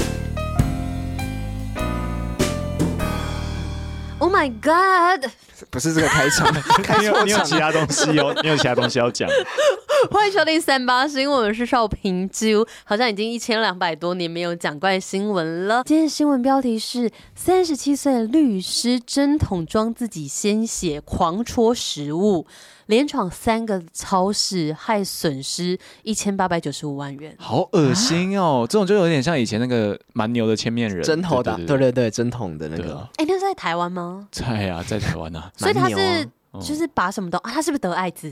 Speaker 1: Oh my God！
Speaker 3: 不是这个开场， 开
Speaker 2: 你有
Speaker 3: 错
Speaker 2: 你有其
Speaker 3: 场。
Speaker 2: 他东西哦，你有其他东西要讲。
Speaker 1: 欢迎收听三八新闻，我是邵平啾，好像已经一千两百多年没有讲怪新闻了。今天的新闻标题是：三十七岁的律师针筒装自己鲜血，狂戳食物，连闯三个超市，害损失一千八百九十五万元。
Speaker 2: 好恶心哦，这种就有点像以前那个蛮牛的千面人，
Speaker 3: 针头的，啊
Speaker 2: 对
Speaker 3: 对对对，针筒的那
Speaker 2: 对
Speaker 3: 个
Speaker 2: 啊。
Speaker 1: 哎、那是在台湾吗？
Speaker 2: 在啊，在台湾啊，
Speaker 1: 所以他
Speaker 3: 蛮牛啊
Speaker 1: 是、
Speaker 2: 哦
Speaker 1: 就是把什么都啊，他是不是得艾滋？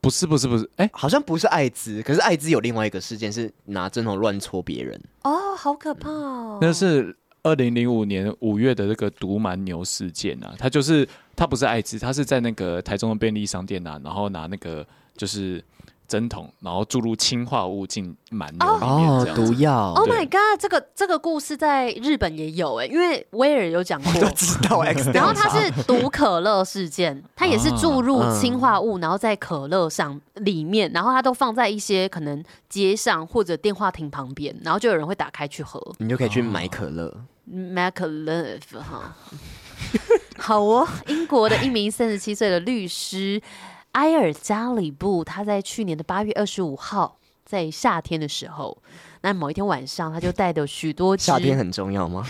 Speaker 2: 不是不是不是，哎、
Speaker 3: 好像不是艾滋，可是艾滋有另外一个事件是拿针筒乱戳别人，
Speaker 1: 哦，好可怕哦！
Speaker 2: 那是二零零五年五月的那个毒蛮牛事件啊，他就是他不是艾滋，他是在那个台中的便利商店啊，然后拿那个就是针筒，然后注入氰化物进蛮牛里面这样子。
Speaker 3: 哦药
Speaker 1: Oh
Speaker 2: 对
Speaker 1: my god！这个这个故事在日本也有哎、因为威尔有讲 过，
Speaker 3: 哦知道 X
Speaker 1: 然后它是毒可乐事件，它也是注入
Speaker 3: 啊嗯
Speaker 1: 氰化物，然后在可乐上里面，然后它都放在一些可能街上或者电话亭旁边，然后就有人会打开去喝。嗯
Speaker 3: 你就可以去买可乐。
Speaker 1: m a c l o v e 哈，好哦，英国的一名三十七岁的律师埃尔加里布，他在去年的八月二十五号，在夏天的时候，那某一天晚上，他就带着许多只
Speaker 3: 夏天很重要吗？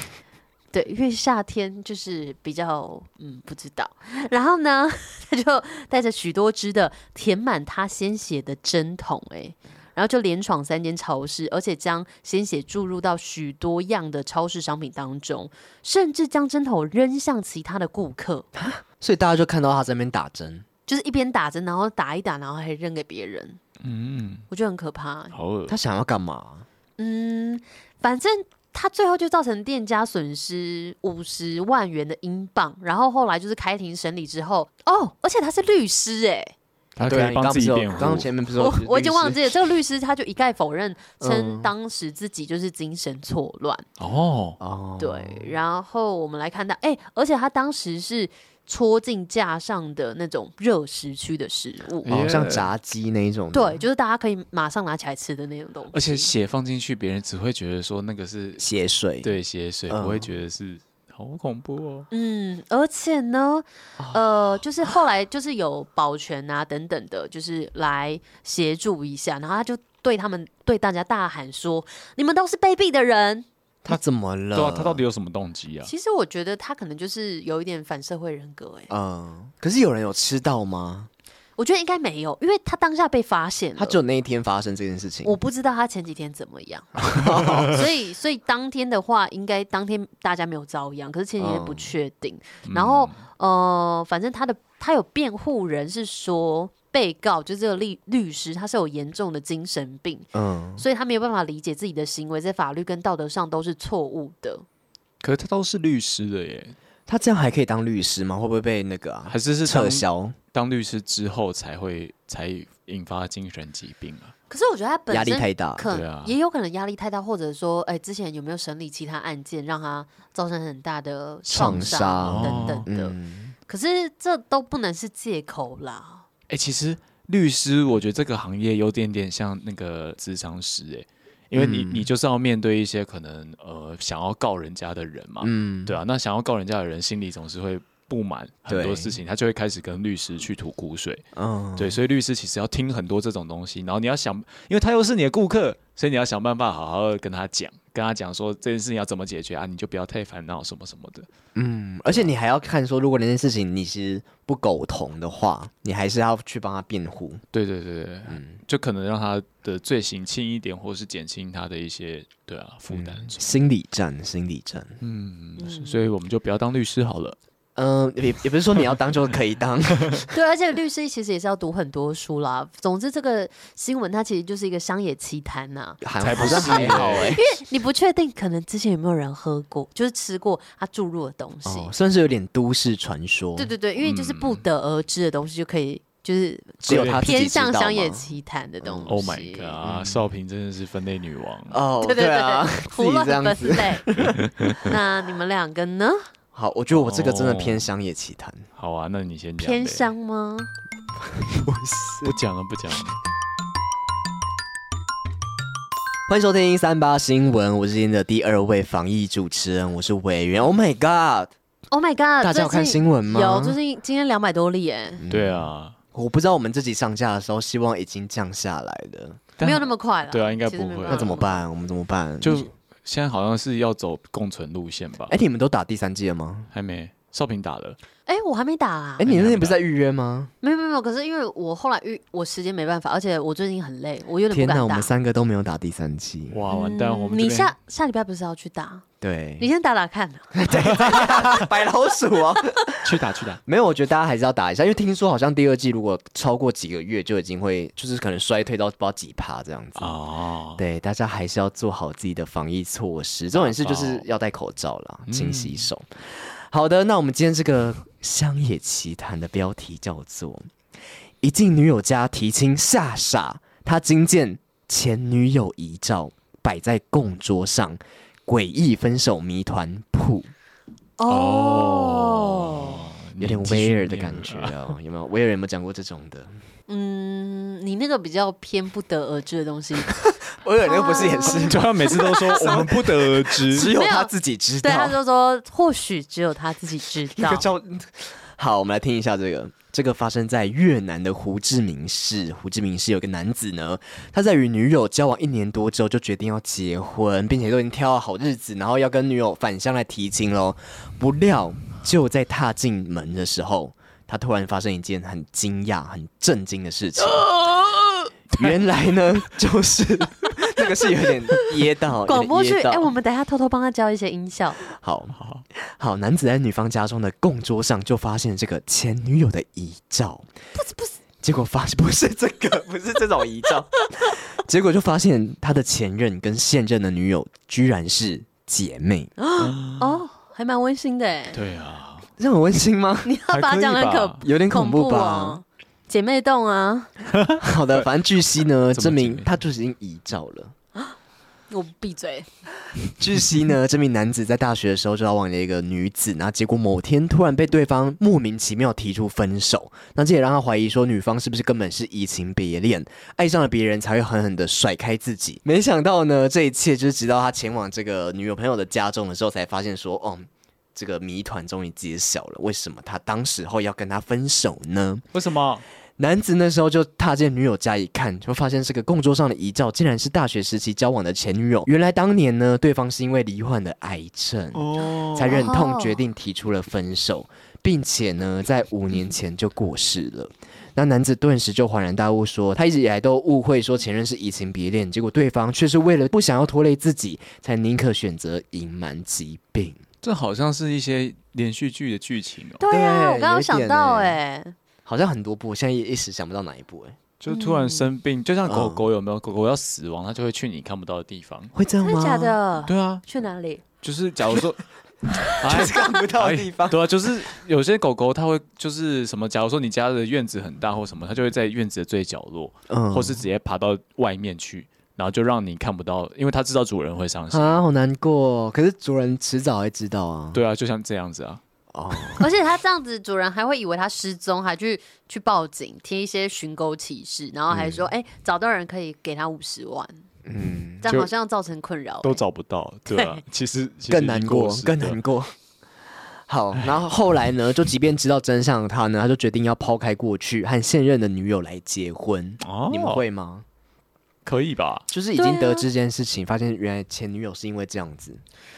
Speaker 1: 对，因为夏天就是比较嗯不知道，然后呢， 他就带着许多支的填满他鲜血的针筒、欸，然后就连闯三间超市，而且将鲜血注入到许多样的超市商品当中，甚至将针筒扔向其他的顾客，
Speaker 3: 所以大家就看到他在那边打针，
Speaker 1: 就是一边打针，然后打一打，然后还扔给别人，
Speaker 2: 嗯，
Speaker 1: 我觉得很可怕、欸
Speaker 2: 好恶
Speaker 3: 他想要干嘛？
Speaker 1: 嗯，反正他最后就造成店家损失五十万元的英镑，然后后来就是开庭审理之后，哦，而且他是律师哎、
Speaker 2: 他
Speaker 3: 对
Speaker 2: 可
Speaker 3: 啊，
Speaker 2: 以
Speaker 3: 你刚
Speaker 2: 帮自己
Speaker 3: 不是有
Speaker 2: 辩护。
Speaker 3: 刚刚前面不哦是有
Speaker 1: 我
Speaker 3: 律师
Speaker 1: 我已经忘记了这个律师，他就一概否认称
Speaker 3: 嗯
Speaker 1: 当时自己就是精神错乱，
Speaker 2: 哦，
Speaker 3: 哦，
Speaker 1: 对，然后我们来看到，哎、而且他当时是戳进架上的那种热食区的食物。
Speaker 3: 哦，
Speaker 2: 耶
Speaker 3: 像炸鸡那一种的，
Speaker 1: 对，就是大家可以马上拿起来吃的那种东西，
Speaker 2: 而且血放进去，别人只会觉得说那个是
Speaker 3: 血水，，
Speaker 2: 对血水，
Speaker 3: 嗯
Speaker 2: 不会觉得是好恐怖哦。
Speaker 1: 嗯，而且呢，
Speaker 3: 啊
Speaker 1: 呃，就是后来就是有保全啊等等的，就是来协助一下，然后他就对他们对大家大喊说：“你们都是卑鄙的人。
Speaker 3: 他怎么了？
Speaker 2: 对啊，他到底有什么动机啊？
Speaker 1: 其实我觉得他可能就是有一点反社会人格、欸，
Speaker 3: 嗯，可是有人有吃到吗？
Speaker 1: 我觉得应该没有，因为他当下被发现了，
Speaker 3: 他只有那一天发生这件事情，
Speaker 1: 我不知道他前几天怎么样， 所以所以当天的话，应该当天大家没有遭殃，可是前几
Speaker 3: 嗯
Speaker 1: 天不确定。然后呃，反正他的他有辩护人是说，被告就是这个律律师，他是有严重的精神病，
Speaker 3: 嗯，
Speaker 1: 所以他没有办法理解自己的行为在法律跟道德上都是错误的。
Speaker 2: 可是他都是律师的耶，
Speaker 3: 他这样还可以当律师吗？会不会被那个啊
Speaker 2: 还是是当
Speaker 3: 撤销？
Speaker 2: 当律师之后才会才引发精神疾病啊？
Speaker 1: 可是我觉得他本
Speaker 3: 压力
Speaker 1: 身
Speaker 3: 太大，
Speaker 1: 可
Speaker 2: 对啊
Speaker 1: 也有可能压力太大，或者说，哎、之前有没有审理其他案件，让他造成很大的创
Speaker 3: 创伤
Speaker 1: 等等的。
Speaker 3: 嗯，
Speaker 1: 可是这都不能是借口啦。
Speaker 2: 哎、其实律师，我觉得这个行业有点点像那个咨商师、哎，因为你、
Speaker 3: 嗯
Speaker 2: 你就是要面对一些可能呃想要告人家的人嘛，
Speaker 3: 嗯，
Speaker 2: 对啊，那想要告人家的人心里总是会不满很多
Speaker 3: 对
Speaker 2: 事情，他就会开始跟律师去吐苦水。
Speaker 3: 嗯，
Speaker 2: 对，所以律师其实要听很多这种东西，然后你要想，因为他又是你的顾客，所以你要想办法好好地跟他讲，跟他讲说这件事情要怎么解决啊，你就不要太烦恼什么什么的。
Speaker 3: 嗯，而且你还要看说，如果那件事情你其实不苟同的话，你还是要去帮他辩护。
Speaker 2: 对对对对，嗯，就可能让他的罪行轻一点，或是减轻他的一些对啊负担。
Speaker 3: 心理战，心理战。
Speaker 2: 嗯，所以我们就不要当律师好了。
Speaker 3: 嗯，也也不是说你要当就可以当，
Speaker 1: 对，而且律师其实也是要读很多书啦。总之，这个新闻它其实就是一个乡野奇谈呐、
Speaker 3: 还
Speaker 2: 才不
Speaker 3: 好像
Speaker 2: 是
Speaker 3: 还好哎、
Speaker 2: 欸
Speaker 1: 你不确定，可能之前有没有人喝过，就是吃过它注入的东西。
Speaker 3: 哦，算是有点都市传
Speaker 2: 哦
Speaker 3: 说。
Speaker 1: 对对对，因为
Speaker 2: 嗯
Speaker 1: 就是不得而知的东西就可以，就是
Speaker 3: 只有他自己
Speaker 1: 偏
Speaker 3: 知道
Speaker 1: 向
Speaker 3: 吗
Speaker 1: 乡野奇谈的东西。
Speaker 2: Oh my god，少平真的是分类女王。
Speaker 3: 哦，
Speaker 1: 对对对，
Speaker 3: 啊， 自
Speaker 1: 胡
Speaker 3: 己
Speaker 1: 乱
Speaker 3: 这样
Speaker 1: 分
Speaker 3: 子。
Speaker 1: 类。 那你们两个呢？
Speaker 3: 好，我觉得我这个真的
Speaker 2: 哦
Speaker 3: 偏乡野奇 谈。
Speaker 2: 好啊，那你先讲呗。
Speaker 1: 偏乡吗？
Speaker 2: 不讲了，不讲了。
Speaker 3: 欢迎收听三八新闻，我是今天的第二位防疫主持人，我是委员。Oh my god！
Speaker 1: Oh my god！
Speaker 3: 大家有看新闻吗
Speaker 1: 有，最近今天两百多例哎，
Speaker 3: 嗯
Speaker 2: 对啊，
Speaker 3: 我不知道我们自己上架的时候，希望已经降下来了，
Speaker 2: 但
Speaker 1: 没有那么快了。
Speaker 2: 对啊应该
Speaker 1: 其实
Speaker 2: 不
Speaker 1: 没
Speaker 2: 会
Speaker 1: 办法
Speaker 3: 那怎么？办？我们怎么办？
Speaker 2: 就现在好像是要走共存路线吧？
Speaker 3: 哎，你们都打第三季了吗？
Speaker 2: 还没，少平打了。
Speaker 1: 哎，我还没打啊
Speaker 3: 哎，。你那天不是在预约吗？
Speaker 1: 没有没有没有，可是因为我后来遇我时间没办法，而且我最近很累，我有点
Speaker 3: 天
Speaker 1: 不敢
Speaker 3: 哪，我
Speaker 1: 打。
Speaker 3: 们三个都没有打第三季。
Speaker 2: 哇，完蛋，我们这
Speaker 1: 嗯你
Speaker 2: 边
Speaker 1: 下下礼拜不是要去打？
Speaker 3: 对
Speaker 1: 你，先打打看、啊。
Speaker 3: 白老鼠啊！
Speaker 2: 去打去打。
Speaker 3: 没有，我觉得大家还是要打一下，因为听说好像第二季如果超过几个月，就已经会就是可能衰退到不知道几趴这样子。
Speaker 2: 哦，
Speaker 3: 对，大家还是要做好自己的防疫措施，重点是就是要戴口罩啦，勤
Speaker 2: 嗯
Speaker 3: 洗手。好的，那我们今天这个乡野奇谈的标题叫做“一进女友家提亲吓傻”，他惊见前女友遗照摆在供桌上，诡异分手谜团铺，
Speaker 1: 哦，
Speaker 3: 有
Speaker 2: 嗯
Speaker 3: 点威尔的感觉。 哦，有没有？威尔有没有讲过这种的？
Speaker 1: 嗯，你那个比较偏不得而知的东 西，
Speaker 3: 威尔那个不是也是，
Speaker 2: 就他啊每次都说我们不得而
Speaker 3: 只
Speaker 2: 知，
Speaker 3: 有
Speaker 1: 没有
Speaker 3: 他自己知
Speaker 1: 对，
Speaker 3: 道
Speaker 1: 他。就说或许只有他自 己知
Speaker 3: 那
Speaker 1: 道
Speaker 3: 个。叫……好，我们来听一下这个。这个发生在越南的胡志明市。胡志明市有个男子呢，他在与女友交往一年多之后，就决定要结婚，并且都已经挑好好日子，然后要跟女友返乡来提亲喽。不料，就在踏进门的时候，他突然发生一件很惊讶、很震惊的事情。哦原来呢，就是 那个是有点噎到，有点
Speaker 1: 广播剧，
Speaker 3: 噎到
Speaker 1: 哎、我们等一下偷偷帮他教一些音效。
Speaker 3: 好好好，男子在女方家中的供桌上就发现这个前女友的遗照，不是不是，结果发现不是这 个，不是这种遗照，结果就发现他的前任跟现任的女友居然是姐妹，嗯
Speaker 1: 哦，还蛮温馨的哎。
Speaker 2: 对啊，
Speaker 3: 这很温馨吗？
Speaker 1: 你要把它讲得很
Speaker 2: 还可
Speaker 1: 可
Speaker 3: 有点恐怖
Speaker 1: 怖
Speaker 3: 吧？
Speaker 1: 哦。姐妹洞啊，
Speaker 3: 好的，反正据悉呢，
Speaker 2: 怎么
Speaker 3: 证
Speaker 2: 姐
Speaker 3: 明
Speaker 2: 妹
Speaker 3: 他就已经遗照了。
Speaker 1: 我闭嘴。
Speaker 3: 据悉呢，这名男子在大学的时候就交往了一个女子，然后结果某天突然被对方莫名其妙提出分手，那这也让他怀疑说女方是不是根本是移情别恋，爱上了别人才会狠狠的甩开自己。没想到呢，这一切就是直到他前往这个女友朋友的家中的时候，才发现说，哦。这个谜团终于揭晓了，为什么他当时候要跟他分手呢？
Speaker 2: 为什么？
Speaker 3: 男子那时候就踏进女友家一看，就发现这个供桌上的遗照竟然是大学时期交往的前女友。原来当年呢，对方是因为罹患了癌症，
Speaker 2: 哦，
Speaker 3: 才忍痛决定提出了分手，并且呢，在五年前就过世了。那男子顿时就恍然大悟说，他一直以来都误会说前任是移情别恋，结果对方却是为了不想要拖累自己，才宁可选择隐瞒疾病。
Speaker 2: 这好像是一些连续剧的剧情哦，
Speaker 1: 对
Speaker 3: 对
Speaker 1: 啊，我刚刚
Speaker 3: 有
Speaker 1: 想
Speaker 3: 一点
Speaker 1: 到哎、
Speaker 3: 欸好像很多部，我现在一时想不到哪一部、欸，哎，
Speaker 2: 就突然生病，就像狗
Speaker 3: 嗯
Speaker 2: 狗有没有？狗狗要死亡，它就会去你看不到的地方。
Speaker 3: 会这样
Speaker 1: 真的
Speaker 3: 吗？
Speaker 1: 假的？
Speaker 2: 对啊，
Speaker 1: 去哪里？
Speaker 2: 就是假如说，哎
Speaker 3: 就是看不到的地方
Speaker 2: 哎。对啊，就是有些狗狗它会就是什么，假如说你家的院子很大或什么，它就会在院子的最角落，
Speaker 3: 嗯
Speaker 2: 或是直接爬到外面去，然后就让你看不到，因为它知道主人会伤心。
Speaker 3: 啊，好难过哦。可是主人迟早会知道啊。
Speaker 2: 对啊，就像这样子啊，
Speaker 3: 哦，
Speaker 1: 而且他这样子，主人还会以为他失踪，还去去报警，贴一些寻狗启事，然后还说，哎、找到人可以给他五十万，
Speaker 3: 嗯，
Speaker 1: 这样
Speaker 2: 就
Speaker 1: 好像造成困扰、欸
Speaker 2: 都找不到，对啊，其实其实
Speaker 3: 更难
Speaker 2: 已经
Speaker 3: 过
Speaker 2: 世，
Speaker 3: 更
Speaker 2: 的
Speaker 3: 难过。好，然后后来呢，就即便知道真相的他呢，他就决定要抛开过去，和现任的女友来结婚。
Speaker 2: 哦
Speaker 3: 你们会吗？
Speaker 2: 可以吧？
Speaker 3: 就是已
Speaker 1: 对
Speaker 3: 经
Speaker 1: 啊
Speaker 3: 得知这件事情，发现原来前女友是因为这样子，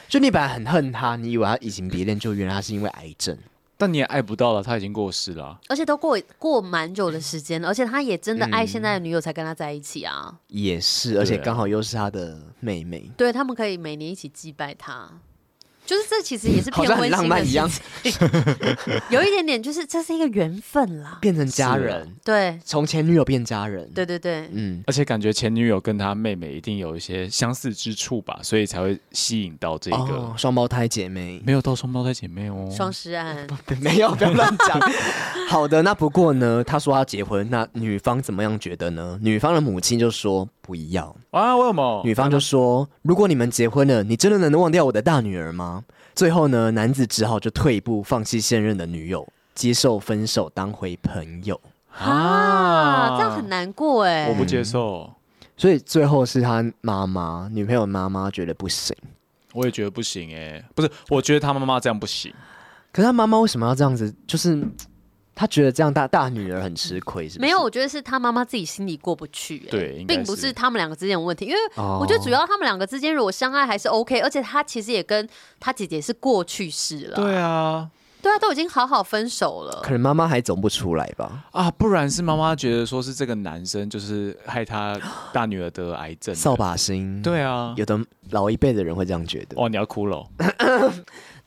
Speaker 3: 就你本来很恨他，你以为他移情别恋，就原来他是因为癌症。
Speaker 2: 但你也爱不到了，他已经过世了啊、
Speaker 1: 而且都过过蛮久的时间了，而且他也真的爱现在的女友才跟他在一起啊。
Speaker 3: 也是，而且
Speaker 2: 对啊
Speaker 3: 刚好又是他的妹妹，
Speaker 1: 对他们可以每年一起祭拜他，就是这其实也是
Speaker 3: 好
Speaker 1: 偏
Speaker 3: 像很
Speaker 1: 温
Speaker 3: 浪
Speaker 1: 馨的
Speaker 3: 漫一
Speaker 1: 事
Speaker 3: 样
Speaker 1: 情，，有一点点就是这是一个缘分 啦。
Speaker 3: 变成家
Speaker 2: 是啊
Speaker 3: 人，
Speaker 1: 对
Speaker 3: 从前女友变家人。
Speaker 1: 对，对对，
Speaker 3: 嗯，
Speaker 2: 而且感觉前女友跟他妹妹一定有一些相似之处吧，所以才会吸引到这个。
Speaker 3: 哦，双胞胎姐妹。
Speaker 2: 没有到双胞胎姐妹哦，
Speaker 1: 双尸案，
Speaker 3: 没有，不要乱讲。好的，那不过呢，他说要结婚，那女方怎么样觉得呢？女方的母亲就说不要，
Speaker 2: 啊，为什么？
Speaker 3: 女方就说如果你们结婚了，你真的能忘掉我的大女儿吗？最后呢，男子只好就退一步，放弃现任的女友，接受分手，当回朋友。嗯
Speaker 1: 啊，这样很难过哎、
Speaker 2: 我不接受，
Speaker 3: 所以最后是他妈妈，女朋友妈妈觉得不行。
Speaker 2: 我也觉得不行哎、不是，我觉得他妈妈这样不行，
Speaker 3: 可是他妈妈为什么要这样子？就是他觉得这样大大女儿很吃亏，是不是？
Speaker 1: 没有，，我觉得是他妈妈自己心里过不去、哎
Speaker 2: 对应该
Speaker 1: 并不
Speaker 2: 是
Speaker 1: 是他们两个之间的问题，因为
Speaker 3: 哦
Speaker 1: 我觉得主要他们两个之间如果相爱还是 OK，而且他其实也跟他姐姐是过去式了，
Speaker 2: 对啊，
Speaker 1: 对啊，都已经好好分手了
Speaker 3: 可，能妈妈还走不出来吧。
Speaker 2: 啊，不然是妈妈觉得说是这个男生就是害他大女儿得癌症的
Speaker 3: 扫，把星，
Speaker 2: 对啊，
Speaker 3: 有的老一辈的人会这样觉得。
Speaker 2: 哇，你要哭了哦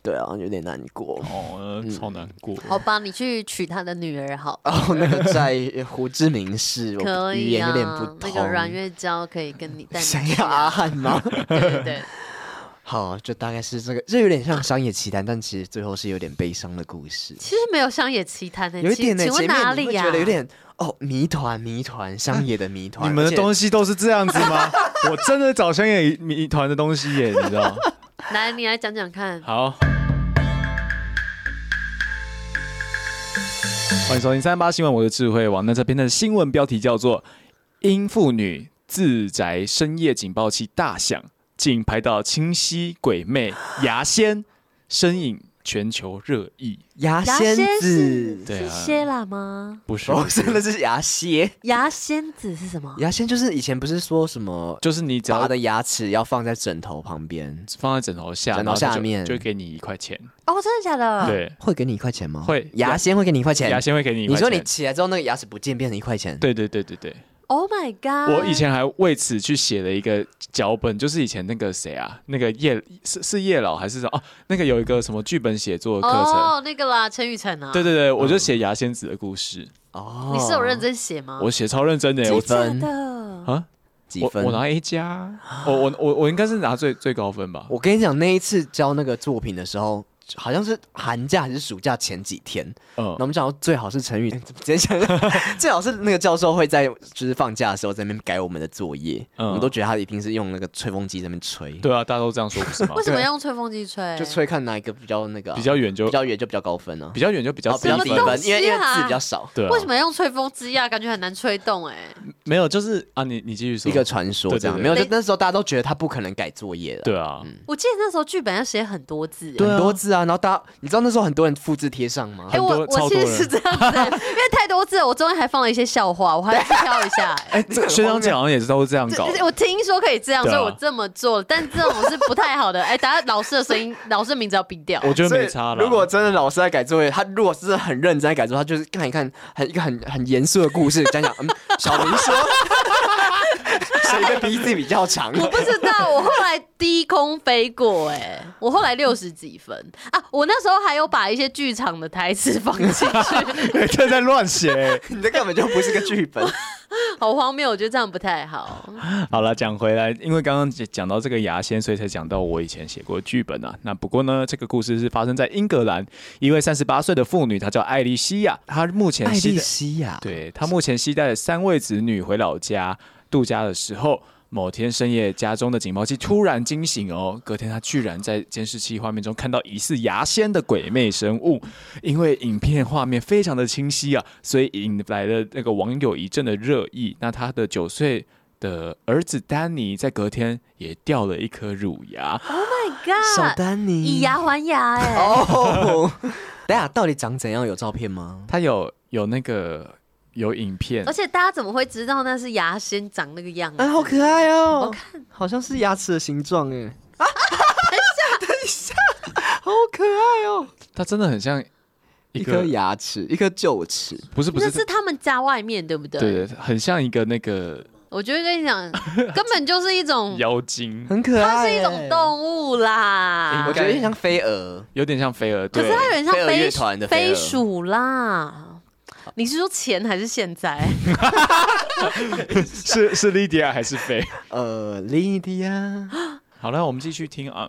Speaker 3: 对啊，有点难过。
Speaker 2: 哦，呃超难过，
Speaker 1: 好吧，你去娶他的女儿好了。
Speaker 3: 哦，那个在胡志明市，我
Speaker 1: 可
Speaker 3: 呃语
Speaker 1: 以
Speaker 3: 言
Speaker 1: 啊，
Speaker 3: 有点不
Speaker 1: 那
Speaker 3: 通。
Speaker 1: 个阮月娇可以 跟你带你
Speaker 3: 想
Speaker 1: 去
Speaker 3: 要
Speaker 1: 啊，
Speaker 3: 阿汉 吗？
Speaker 1: 对对对，
Speaker 3: 好，就大概是这个，这有点像商业奇谈，但其实最后是有点悲伤的故事，
Speaker 1: 其实没有乡野奇谈的，
Speaker 3: 有一
Speaker 1: 请
Speaker 3: 点呢。
Speaker 1: 请问
Speaker 3: 前
Speaker 1: 哪
Speaker 3: 面你
Speaker 1: 里
Speaker 3: 会
Speaker 1: 呀？
Speaker 3: 觉得有点哦，谜团，谜团，商业的谜团。
Speaker 1: 嗯
Speaker 2: 你们的东
Speaker 3: 西，
Speaker 2: 西都是这样子吗？ 我真的找香野谜团的东西耶，你知道？
Speaker 1: 来，你来讲讲看。
Speaker 3: 啊
Speaker 2: 好，欢迎收听三八新闻，我的智慧网。那这篇的新闻标题叫做“因妇女自宅深夜警报器大响，竟拍到清晰鬼魅牙仙身影，全球热议
Speaker 3: 牙
Speaker 1: 牙
Speaker 3: 仙
Speaker 1: 是
Speaker 3: 子，
Speaker 2: 对
Speaker 1: 是
Speaker 2: 啊
Speaker 1: 蝎啦吗”。？
Speaker 2: 不 是，
Speaker 3: 哦，真的是牙仙。
Speaker 1: 牙仙子是什么？
Speaker 3: 牙仙就是以前不是说什么
Speaker 2: 就是你只
Speaker 3: 拔
Speaker 2: 要
Speaker 3: 的牙齿要放在枕头旁边，
Speaker 2: 放在枕头下，
Speaker 3: 枕头
Speaker 2: 然后他
Speaker 3: 下
Speaker 2: 就
Speaker 3: 面
Speaker 2: 就会给你一块钱。
Speaker 1: 哦，真的假的？，
Speaker 2: 对，
Speaker 3: 会给你一块钱吗？
Speaker 2: 会
Speaker 3: 牙仙会给你一块钱。
Speaker 2: 牙仙会给你一
Speaker 3: 你
Speaker 2: 块
Speaker 3: 说
Speaker 2: 钱。
Speaker 3: 你起来之后那个牙齿不见变成一块钱，，
Speaker 2: 对对对对对。
Speaker 1: Oh my god！
Speaker 2: 我以前还为此去写了一个脚本，就是以前那个谁啊，那个叶是是叶老还是什么？哦、那个有一个什么剧本写作的课程。
Speaker 1: 哦，那个啦，陈雨辰啊，
Speaker 2: 对，对对，我
Speaker 3: 嗯
Speaker 2: 就写牙仙子的故事，
Speaker 3: 哦，
Speaker 1: 你是有认真写吗？
Speaker 2: 我写超认真的、我
Speaker 1: 真
Speaker 3: 分
Speaker 1: 的假的。
Speaker 2: 啊，
Speaker 3: 几
Speaker 2: 我
Speaker 3: 分？
Speaker 2: 我拿 A 加，我我我我应该是拿最最高分吧。
Speaker 3: 我跟你讲，那一次交那个作品的时候，好像是寒假还是暑假前几天，
Speaker 2: 嗯
Speaker 3: 那，我们讲到最好 是成语，直接讲， 最好是那个教授会在就是放假的时候在那边改我们的作业，
Speaker 2: 嗯
Speaker 3: 我们都觉得他一定是用那个吹风机在那边吹，
Speaker 2: 对啊，大家都这样说不是吗啊
Speaker 1: 为？什么要用吹风机吹？
Speaker 3: 就吹看哪一个比较那个啊、
Speaker 2: 比较远就
Speaker 3: 比较远就比较高分啊，
Speaker 2: 比较远就比较
Speaker 3: 哦比较
Speaker 1: 什么
Speaker 3: 低
Speaker 2: 低
Speaker 1: 东
Speaker 2: 分，
Speaker 3: 分，
Speaker 1: 西
Speaker 3: 因为因为
Speaker 1: 啊
Speaker 3: 字比较少，
Speaker 2: 对啊，
Speaker 1: 为什么要用吹风机啊？感觉很难吹动哎。
Speaker 2: 没有？就是啊，你你继续说
Speaker 3: 一个传说
Speaker 2: 对对
Speaker 3: 这样，
Speaker 2: 对
Speaker 3: 没有就
Speaker 1: 对
Speaker 3: 那时候大家都觉得他不可能改作业了。
Speaker 2: 对啊，
Speaker 3: 嗯
Speaker 1: 我记得那时候剧本要写很多字，欸
Speaker 2: 对啊
Speaker 3: 很多字啊，然后大家，你知道那时候很多人复制贴上吗
Speaker 1: 哎、？
Speaker 2: 很多
Speaker 1: 我
Speaker 2: 超
Speaker 1: 我其
Speaker 2: 多
Speaker 1: 实
Speaker 2: 人
Speaker 1: 是这样子、欸 因为太多字了，我中间还放了一些笑话，我还要去挑一下、哎
Speaker 2: 哎，这个学长姐好像也是都是这样搞
Speaker 1: 这，这我听说可以这样，
Speaker 2: 对啊
Speaker 1: 所以我这么做，但这种是不太好的。哎、大家老师的声音，老师的名字要逼掉。
Speaker 2: 我觉得
Speaker 3: 所以
Speaker 2: 没差了。
Speaker 3: 如果真的老师在改作业，他如果是很认真在改作业，他就是看一看很一个很很严肃的故事，讲讲嗯，小明 说谁的鼻子比较长？
Speaker 1: 我不知道，我后来低空飞过、哎，我后来六十几分啊！我那时候还有把一些剧场的台词放进去，
Speaker 2: 哎这在乱写欸。
Speaker 3: 你这根本就不是个剧本。
Speaker 1: 好荒谬，我觉得这样不太好。
Speaker 3: Oh
Speaker 2: 好了，讲回来，因为刚刚讲到这个牙仙，所以才讲到我以前写过的剧本啊。那不过呢，这个故事是发生在英格兰，一位三十八岁的妇女，她叫艾丽西亚，她目前携带
Speaker 3: 西亚，
Speaker 2: 对她目前携带了三位子女回老家度假的时候。某天深夜，家中的警报器突然惊醒哦。隔天，她居然在监视器画面中看到疑似牙仙的鬼魅生物。因为影片画面非常的清晰啊，所以引来了那个网友一阵的热议。那她的九岁的儿子丹尼在隔天也掉了一颗乳牙，
Speaker 1: Oh my
Speaker 3: 小
Speaker 1: god！
Speaker 3: 丹尼，
Speaker 1: 以牙还牙哎、
Speaker 3: 哦，等一下到底长怎样？有照片吗？
Speaker 2: 他有有那个有影片
Speaker 1: 而，且大家怎么会知道那是牙仙长那个样子？
Speaker 3: 啊，好可爱哦！
Speaker 1: 好
Speaker 3: 看，好像是牙齿的形状 哎。啊，等一下，等一下，好可爱哦！
Speaker 2: 他真的很像一
Speaker 3: 一
Speaker 2: 个
Speaker 3: 颗牙齿，一颗臼齿，
Speaker 2: 不是不
Speaker 1: 那
Speaker 2: 是
Speaker 1: 是他们家外面对不对？
Speaker 2: 对对，很像一个那个
Speaker 1: 我觉得跟你讲，根本就是 一种，
Speaker 2: 妖精，
Speaker 3: 很可爱。
Speaker 1: 它是一种，啊动物啦。
Speaker 3: 哎我觉得有点像飞蛾。
Speaker 2: 有点像飞蛾，
Speaker 1: 可是
Speaker 2: 对
Speaker 1: 它有点像
Speaker 3: 飞儿乐
Speaker 1: 飞
Speaker 3: 团的飞儿
Speaker 1: 飞鼠啦。你是说前还是现在？
Speaker 2: 是是莉迪亚还是飞？
Speaker 3: 呃，莉迪 亚，
Speaker 2: 好了，我们继续听啊。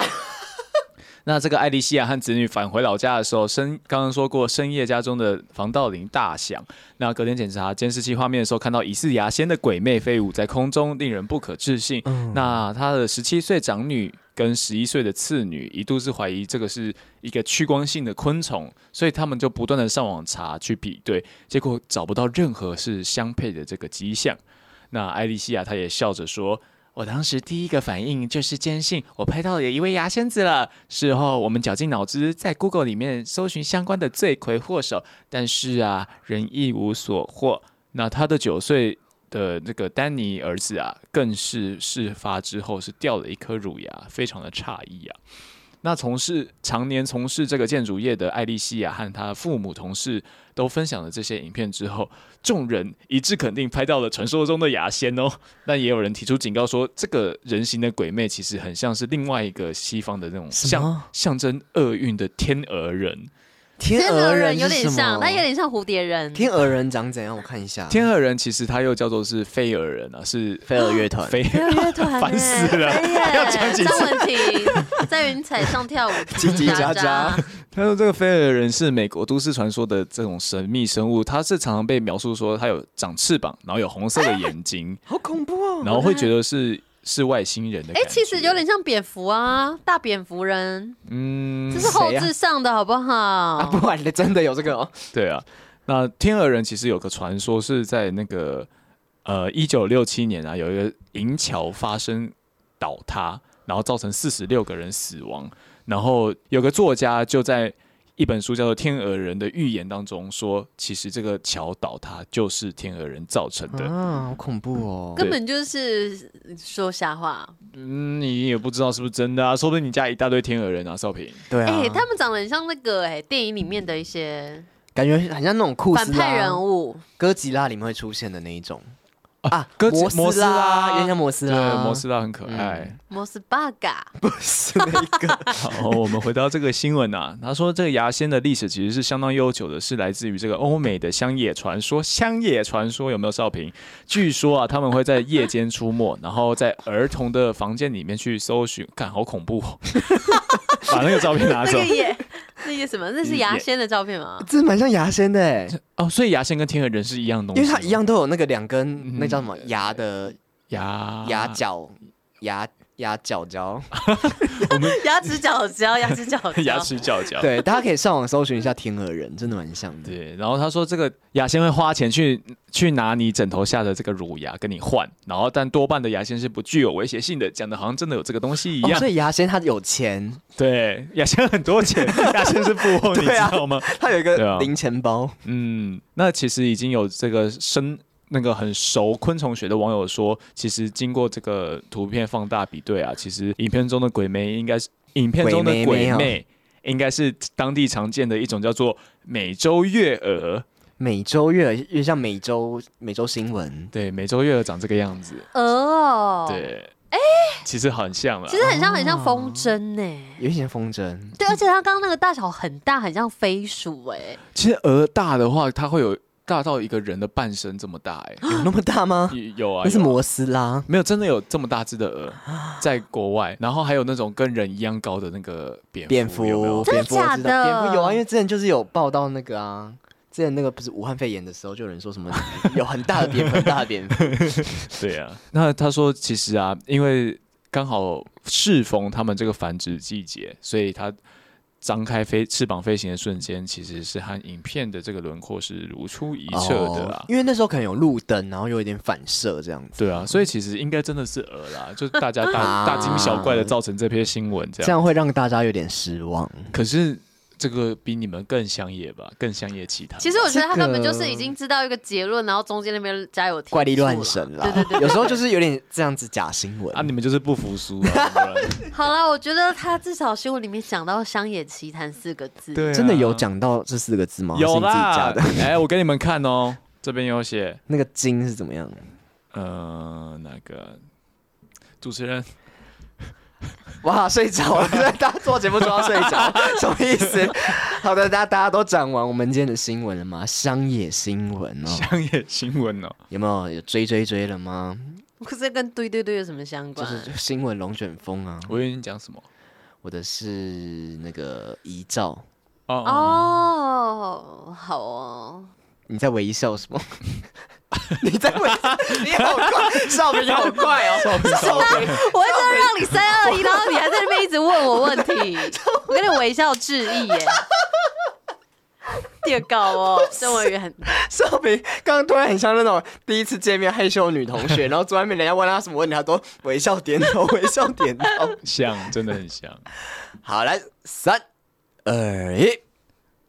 Speaker 2: 那这个艾莉西啊亚和子女返回老家的时候，深刚刚说过，深夜家中的防盗铃大响。那隔天检查监视器画面的时候，看到疑似牙仙的鬼魅飞舞在空中，令人不可置信。那她的十七岁长女跟十一岁的次女一度是怀疑这个是一个趋光性的昆虫，所以他们就不断的上网查去比对，结果找不到任何是相配的这个迹象。那艾莉西亚啊她也笑着说：“我当时第一个反应就是坚信我拍到了一位牙仙子了。事后我们绞尽脑汁在 Google 里面搜寻相关的罪魁祸首，但是啊，仍一无所获。那他的九岁的那个丹尼儿子啊，更是事发之后是掉了一颗乳牙，非常的诧异啊。那从事常年从事这个建筑业的艾莉西亚和她父母同事都分享了这些影片之后，众人一致肯定拍到了传说中的牙仙哦。但也有人提出警告说，这个人形的鬼魅其实很像是另外一个西方的那种
Speaker 3: 什
Speaker 2: 象
Speaker 3: 么
Speaker 2: 象征厄运的天鹅人。
Speaker 3: 天鹅
Speaker 1: 鹅
Speaker 3: 人
Speaker 1: 有
Speaker 3: 是
Speaker 1: 点
Speaker 3: 什
Speaker 1: 像，哎
Speaker 3: 么
Speaker 1: 它有点像蝴蝶人。
Speaker 3: 天鹅人长怎样？我看一下。
Speaker 2: 天鹅人其实它又叫做是飞鹅人啊，是
Speaker 3: 啊飞蛾乐团，
Speaker 2: 飞。
Speaker 1: 没有乐 团欸
Speaker 2: 烦死了
Speaker 1: 哎耶
Speaker 2: 还要讲几次
Speaker 1: 张文婷在云彩上跳舞，
Speaker 3: 叽叽喳喳。
Speaker 2: 他说这个飞蛾人是美国都市传说的这种神秘生物，它是常常被描述说它有长翅膀，然后有红色的眼睛，
Speaker 3: 好恐怖哦！
Speaker 2: 然后会觉得是是外星人的感
Speaker 1: 哎，
Speaker 2: 觉。
Speaker 1: 其实有点像蝙蝠啊，大蝙蝠人，
Speaker 2: 嗯
Speaker 1: 这，是后
Speaker 3: 谁啊
Speaker 1: 置上的好 不
Speaker 3: 啊，
Speaker 1: 好？
Speaker 3: 不然的真的有这个哦。
Speaker 2: 对啊。那天鹅人其实有个传说是在那个呃一九六七年啊，有一个银桥发生倒塌，然后造成四十六个人死亡。然后有个作家就在一本书叫做《天鹅人的预言》当中说，其实这个桥倒塌就是天鹅人造成的。
Speaker 3: 啊，好恐怖哦！
Speaker 1: 根本就是说瞎话。
Speaker 2: 嗯，你也不知道是不是真的啊，说不定你家一大堆天鹅人啊，少平。
Speaker 3: 对啊
Speaker 1: 哎、，他们长得很像那个哎、电影里面的一些
Speaker 3: 感觉很像那种库斯
Speaker 1: 反
Speaker 3: 拉啊
Speaker 1: 派人物，
Speaker 3: 哥吉拉里面会出现的那一种
Speaker 2: 啊
Speaker 3: 啊，
Speaker 2: 哥吉
Speaker 3: 摩
Speaker 2: 摩
Speaker 3: 斯
Speaker 2: 斯
Speaker 3: 拉，
Speaker 2: 拉
Speaker 3: 有点像摩斯
Speaker 2: 对，
Speaker 3: 拉，
Speaker 2: 摩斯拉很可爱。
Speaker 1: 摩斯巴嘎，
Speaker 3: 不 是那一个
Speaker 2: 好，我们回到这个新闻啊，他说这个牙仙的历史其实是相当悠久的，是来自于这个欧美的乡野传说。乡野传说有没有少平？据说啊，他们会在夜间出没，然后在儿童的房间里面去搜寻，看好恐怖、哦， 把那个照片拿
Speaker 1: 那
Speaker 2: 走
Speaker 1: 个也那个什么，那是牙仙的照片吗？
Speaker 3: 这蛮像牙仙的 欸，
Speaker 2: 哦。所以牙仙跟天鹅人是一样东西
Speaker 3: 因
Speaker 2: 吗，
Speaker 3: 为它一样都有那个两根
Speaker 2: 嗯
Speaker 3: 那叫什么牙的
Speaker 2: 牙
Speaker 3: 牙 角牙牙角角，
Speaker 2: 啊
Speaker 1: 牙齿角胶，牙齿角 胶，
Speaker 2: 牙齿角角。
Speaker 3: 对，大家可以上网搜寻一下天鹅人，真的蛮像的。
Speaker 2: 对，然后他说这个牙仙会花钱去去拿你枕头下的这个乳牙跟你换，然后但多半的牙仙是不具有威胁性的，讲的好像真的有这个东西一
Speaker 3: 哦
Speaker 2: 样。
Speaker 3: 所以牙仙他有钱，
Speaker 2: 对，牙仙很多钱，牙仙是富翁，你
Speaker 3: 对
Speaker 2: 知
Speaker 3: 啊
Speaker 2: 道吗？
Speaker 3: 他有一
Speaker 2: 对
Speaker 3: 个
Speaker 2: 啊
Speaker 3: 零钱包，
Speaker 2: 嗯，那其实已经有这个生那个很熟昆虫学的网友说，其实经过这个图片放大比对啊，其实影片中的鬼魅应该是影片中的
Speaker 3: 鬼魅
Speaker 2: 鬼
Speaker 3: 魅哦
Speaker 2: 魅。应该是当地常见的一种叫做美洲月蛾，
Speaker 3: 每周越越像每周每周新闻，
Speaker 2: 对，美洲月蛾长这个样子。
Speaker 1: 鹅哦，，
Speaker 2: 对，哎、其实很像了
Speaker 1: 其。实很像很像风筝呢、
Speaker 3: 有一些风筝，
Speaker 1: 对，而且它刚刚那个大小很大，很像飞鼠哎、
Speaker 2: 其实鹅大的话，它会有大到一个人的半身这么大、 欸，
Speaker 1: 啊
Speaker 2: 哎、
Speaker 3: 有那么大吗？
Speaker 2: 有啊，
Speaker 3: 那是
Speaker 2: 有啊
Speaker 3: 摩斯拉，
Speaker 2: 没有真的有这么大只的鹅，在国外，然后还有那种跟人一样高的那个蝙蝠，
Speaker 3: 蝙蝠，
Speaker 2: 有没有？
Speaker 1: 真的
Speaker 3: 蝙蝠我
Speaker 1: 假
Speaker 3: 知
Speaker 1: 的
Speaker 3: 道，蝙蝠有啊，因为之前就是有报道那个啊，之前那个不是武汉肺炎的时候，就有人说什么有很大的蝙蝠，很大的蝙蝠，
Speaker 2: 对啊。那他说，其实啊，因为刚好适逢他们这个繁殖季节，所以他张开飞翅膀飞行的瞬间，其实是和影片的这个轮廓是如出 一辙的啊。
Speaker 3: 哦因为那时候可能有路灯，然后有一点反射这样子，
Speaker 2: 对啊，所以其实应该真的是鹅啦，就大家大
Speaker 3: 啊
Speaker 2: 大惊小怪的造成这篇新闻这
Speaker 3: 这
Speaker 2: 样。
Speaker 3: 样会让大家有点失望。
Speaker 2: 可是这个比你们更乡野吧，更乡野奇谈。
Speaker 1: 其实我觉得他
Speaker 3: 这个
Speaker 1: 根本就是已经知道一个结论，然后中间那边加油添醋啦
Speaker 3: 怪力乱神啦，
Speaker 1: 对对对
Speaker 3: 有时候就是有点这样子假新闻
Speaker 2: 啊，你们就是不服 输啊，不然
Speaker 1: 好了，我觉得他至少新闻里面讲到“乡野奇谈”四个字，
Speaker 2: 对啊
Speaker 3: 真的有讲到这四个字吗？
Speaker 2: 有啦
Speaker 3: 还是你自己加的。。
Speaker 2: 哎，我给你们看哦，这边有写，
Speaker 3: 那个金是怎么样？
Speaker 2: 呃，那个主持人，
Speaker 3: 哇，睡着了！大家做节目做到睡着， 什么意思？好的，大家大家都讲完我们今天的新闻了吗？乡野新闻哦，
Speaker 2: 乡野新闻哦，
Speaker 3: 有没有有追追追了吗？
Speaker 1: 可是跟堆堆堆有什么相
Speaker 3: 就
Speaker 1: 关？
Speaker 3: 是新闻龙卷风啊，
Speaker 2: 我以为你讲什么？
Speaker 3: 我的是那个遗照。
Speaker 2: 哦哦，
Speaker 1: 哦，好哦，
Speaker 3: 你在微笑什 么？你在微笑？你好怪，少平好怪哦！少平，少平，
Speaker 1: 我真的让你三二一，然后你还在那边一直问我问 题，我跟你微笑致意耶。第二个哦，郑委员，
Speaker 3: 少平，刚刚突然很像那种第一次见面害羞的女同 学，然后坐外面人家问她什么问题，她都微笑点头，微笑点头。
Speaker 2: 像，真的很像。
Speaker 3: 好，来三二一，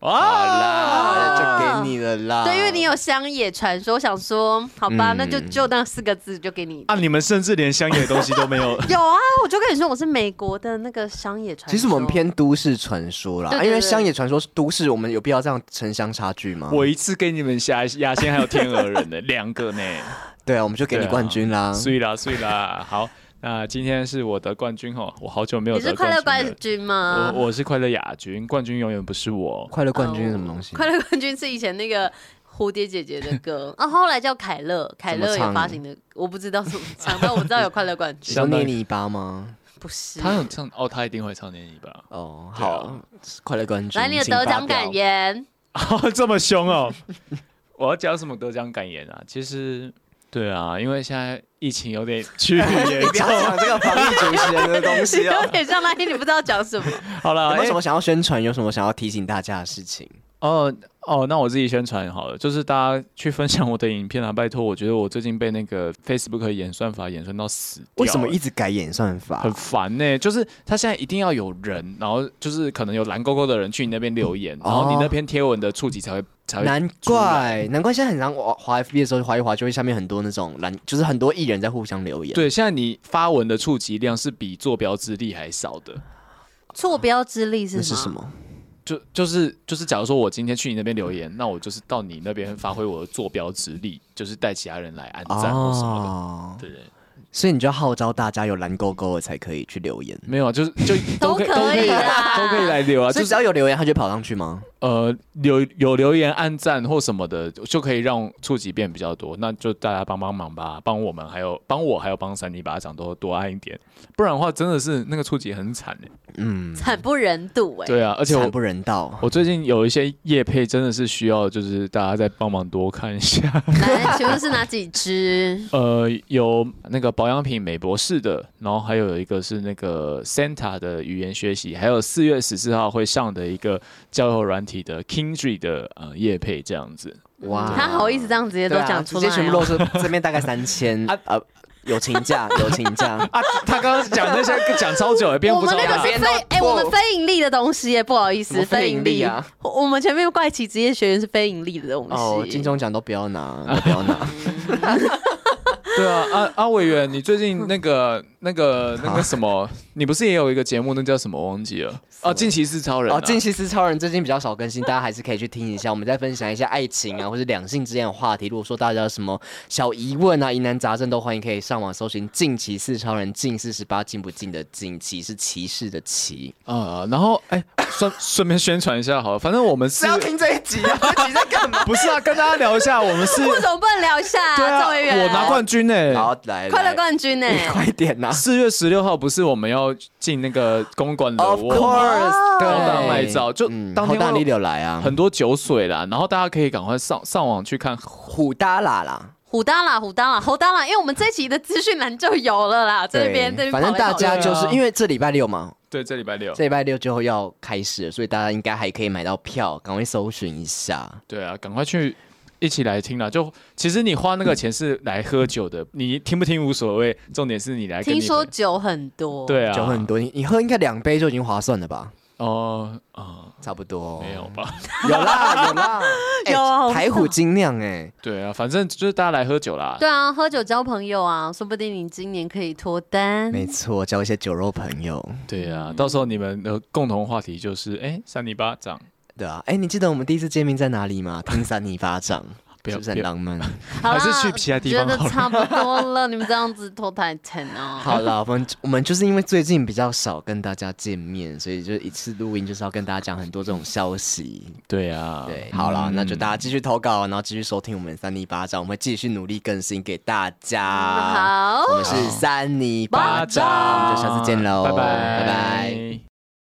Speaker 3: 好
Speaker 2: 哇，
Speaker 3: 啦，就给你了啦。
Speaker 1: 对，因为你有乡野传说，我想说，好吧，
Speaker 3: 啊嗯
Speaker 1: 那就就那四个字就给你。
Speaker 2: 啊，你们甚至连乡野的东西都没有。
Speaker 1: 有啊，我就跟你说，我是美国的那个乡野传说。
Speaker 3: 其实我们偏都市传说啦，
Speaker 1: 对对
Speaker 3: 啊
Speaker 1: 对
Speaker 3: 因为乡野传说是都市，我们有必要这样城乡差距吗？
Speaker 2: 我一次给你们下牙仙还有天鹅人的两个呢，
Speaker 3: 对啊，我们就给你
Speaker 2: 对啊
Speaker 3: 冠军啦。
Speaker 2: 碎啦碎啦。好，那今天是我得冠军哦，我好久没有
Speaker 1: 你是
Speaker 2: 得
Speaker 1: 快乐
Speaker 2: 冠军
Speaker 1: 冠
Speaker 2: 了。
Speaker 1: 军吗？
Speaker 2: 我我是快乐亚军，冠军永远不是我。
Speaker 3: 哦快乐冠军是什么东西？
Speaker 1: 快乐冠军是以前那个蝴蝶姐姐的 歌，啊，后来叫凯乐，凯乐
Speaker 3: 怎么
Speaker 1: 也
Speaker 3: 唱
Speaker 1: 发行的，我不知道怎么唱，但我知道有快乐冠军，
Speaker 3: 想捏泥巴吗？
Speaker 1: 不是。
Speaker 2: 他有唱哦，他一定会唱念你 吧？
Speaker 3: 哦，
Speaker 2: 对啊
Speaker 3: 好，快乐冠军，
Speaker 1: 来，你的得奖感
Speaker 3: 言。
Speaker 1: 言，
Speaker 2: 哦，这么凶哦！ 我要讲什么得奖感言啊？其实，对啊，因为现在疫情有点趋于严
Speaker 3: 你不
Speaker 2: 重
Speaker 3: 要。讲这个防疫主持人的东西
Speaker 1: 有
Speaker 3: 哦。
Speaker 1: 点像那天你不知道讲什 么，
Speaker 2: 好了，
Speaker 3: 有没有什
Speaker 2: 哎
Speaker 3: 么想要宣传？有什么想要提醒大家的事情？
Speaker 2: 哦哦，那我自己宣传好了，就是大家去分享我的影片啊，拜托！我觉得我最近被那个 Facebook 演算法演算到死掉了，
Speaker 3: 为什么一直改演算法
Speaker 2: 很？烦呢、就是他现在一定要有人，然后就是可能有蓝勾勾的人去你那边留言，
Speaker 3: 哦
Speaker 2: 然后你那篇贴文的触及才会才会
Speaker 3: 难
Speaker 2: 出来。
Speaker 3: 怪，难怪现在很常滑滑 FB 的时候滑一滑，就会下面很多那种蓝，就是很多艺人在互相留言。
Speaker 2: 对，现在你发文的触及量是比坐标之力还少的。
Speaker 1: 坐标之力是
Speaker 3: 那是什？么？
Speaker 2: 就就是就是，假如说我今天去你那边留言，那我就是到你那边发挥我的坐标之力，就是带其他人来按赞或什么
Speaker 3: 哦
Speaker 2: 的。，对对，
Speaker 3: 所以你就要号召大家有蓝勾勾的才可以去留言。
Speaker 2: 没有啊，就是就都可以
Speaker 1: 都
Speaker 2: 都
Speaker 1: 可
Speaker 2: 可
Speaker 1: 以
Speaker 2: 以
Speaker 1: 啦
Speaker 2: 都可以来留啊，
Speaker 3: 所
Speaker 2: 就
Speaker 3: 以只
Speaker 2: 是
Speaker 3: 要有留言，他就跑上去吗？
Speaker 2: 呃有有留言按赞或什么的，就就可以让触及变比较多。那就大家帮帮忙吧，帮我们还有帮我还有帮三里巴掌都多按一点，不然的话真的是那个触及很惨哎、
Speaker 3: 嗯，
Speaker 1: 惨不忍睹 哎！
Speaker 2: 对啊，而且
Speaker 3: 惨
Speaker 2: 我
Speaker 3: 不忍道。
Speaker 2: 我最近有一些业配真的是需要，就是大家再帮忙多看一下。
Speaker 1: 来，请问是哪几只？
Speaker 2: 呃，有那个保养品美博士的，然后还有一个是那个 Santa 的语言学习，还有四月十四号会上的一个交友软体的 Kindry 的呃业配这样子。
Speaker 3: 哇
Speaker 1: 他好意思这样直接都
Speaker 3: 对啊
Speaker 1: 讲出来
Speaker 3: 直
Speaker 1: 哦，
Speaker 3: 接全部都是这边大概三千啊啊，友情价，友情价。
Speaker 2: 啊，他刚刚讲那些讲超久了，边
Speaker 1: 我
Speaker 2: 不
Speaker 1: 们
Speaker 2: 知道
Speaker 1: 那个
Speaker 2: 哪
Speaker 1: 是
Speaker 3: 边
Speaker 1: 非
Speaker 3: 都啊
Speaker 1: 哎、
Speaker 3: 做
Speaker 1: 我们非盈利的东西耶，不好意
Speaker 3: 什
Speaker 1: 思，
Speaker 3: 么非盈利啊
Speaker 1: 非盈利！我我们前面怪奇职业学院是非盈利的东西。
Speaker 3: 哦，金钟奖都不要拿，都不要拿。
Speaker 2: 对啊，啊啊委员，你最近那个那个那个什么，你不是也有一个节目，那叫什么忘记了？啊，近期是超人、啊。
Speaker 3: 哦，近期是超人最近比较少更新，大家还是可以去听一下。我们再分享一下爱情啊，或是两性之间的话题。如果说大家有什么小疑问啊、疑难杂症，都欢迎可以上网搜寻“近期是超人”，近是十八，近不近的近，期是歧视的歧。
Speaker 2: 啊、然后哎，顺顺便宣传一下好了，反正我们是
Speaker 3: 是要听这一集啊？这集在干嘛？
Speaker 2: 不是啊？跟大家聊一下，我们是。
Speaker 1: 为什么不能聊一下、
Speaker 2: 对啊，
Speaker 1: 赵委员，哦
Speaker 2: 我拿冠军呢、
Speaker 3: 好，来，
Speaker 1: 快乐
Speaker 3: 来
Speaker 1: 冠军呢、
Speaker 3: 快点啊呐、
Speaker 2: 四月十六号不是我们要进那个公馆的
Speaker 3: Of
Speaker 2: 窝
Speaker 3: course，对，
Speaker 2: 光大麦照就当天
Speaker 3: 好 Oh, 嗯大
Speaker 2: 会
Speaker 3: 力流来啊，
Speaker 2: 很多酒水啦，然后大家可以赶快上上网去看。
Speaker 3: 虎大啦啦，
Speaker 1: 虎哒啦，虎哒啦，猴哒啦，因为我们这期的资讯栏就有了啦，这边这
Speaker 3: 对
Speaker 1: 边
Speaker 3: 反正大
Speaker 1: 跑来
Speaker 3: 家
Speaker 1: 跑去
Speaker 3: 就是
Speaker 2: 对啊
Speaker 3: 因为这礼拜六嘛，
Speaker 2: 对，这礼拜六。
Speaker 3: 这礼拜六就要开始了，所以大家应该还可以买到票，赶快搜寻一下。
Speaker 2: 对啊，赶快去一起来听啦！就其实你花那个钱是来喝酒的，你听不听无所谓，重点是你来跟你
Speaker 1: 听说
Speaker 2: 朋
Speaker 1: 酒很多，
Speaker 2: 对啊，
Speaker 3: 酒很多，你你喝应该两杯就已经划算了吧？
Speaker 2: 哦啊、
Speaker 3: 差不多，
Speaker 2: 没有吧？
Speaker 3: 有啦有啦，哎
Speaker 1: 有啊我
Speaker 3: 台
Speaker 1: 知道
Speaker 3: 虎精酿哎，
Speaker 2: 对啊，反正就是大家来喝酒啦。
Speaker 1: 对啊，喝酒交朋友啊，说不定你今年可以脱单。
Speaker 3: 没错，交一些酒肉朋友。
Speaker 2: 对啊，到时候你们的共同话题就是，哎、三零八涨，
Speaker 3: 对啊，哎，你记得我们第一次见面在哪里吗？听三你巴掌，
Speaker 2: 不要
Speaker 3: 是不是很 浪漫？
Speaker 1: 好啦
Speaker 2: 还是去其他地方
Speaker 1: 觉
Speaker 2: 好
Speaker 1: 得
Speaker 2: 了
Speaker 1: 差不多了，你们这样子脱太疼 哦。
Speaker 3: 好了，我们我们就是因为最近比较少跟大家见面，所以就一次录音就是要跟大家讲很多这种消息。
Speaker 2: 对啊，
Speaker 3: 对，好了，
Speaker 2: 嗯
Speaker 3: 那就大家继续投稿，然后继续收听我们三尼巴掌，我们会继续努力更新给大家。
Speaker 1: 嗯好
Speaker 3: 我们是三尼巴
Speaker 2: 巴
Speaker 3: 掌，
Speaker 2: 掌
Speaker 3: 我们就下次见喽，
Speaker 2: 拜拜
Speaker 3: 拜拜。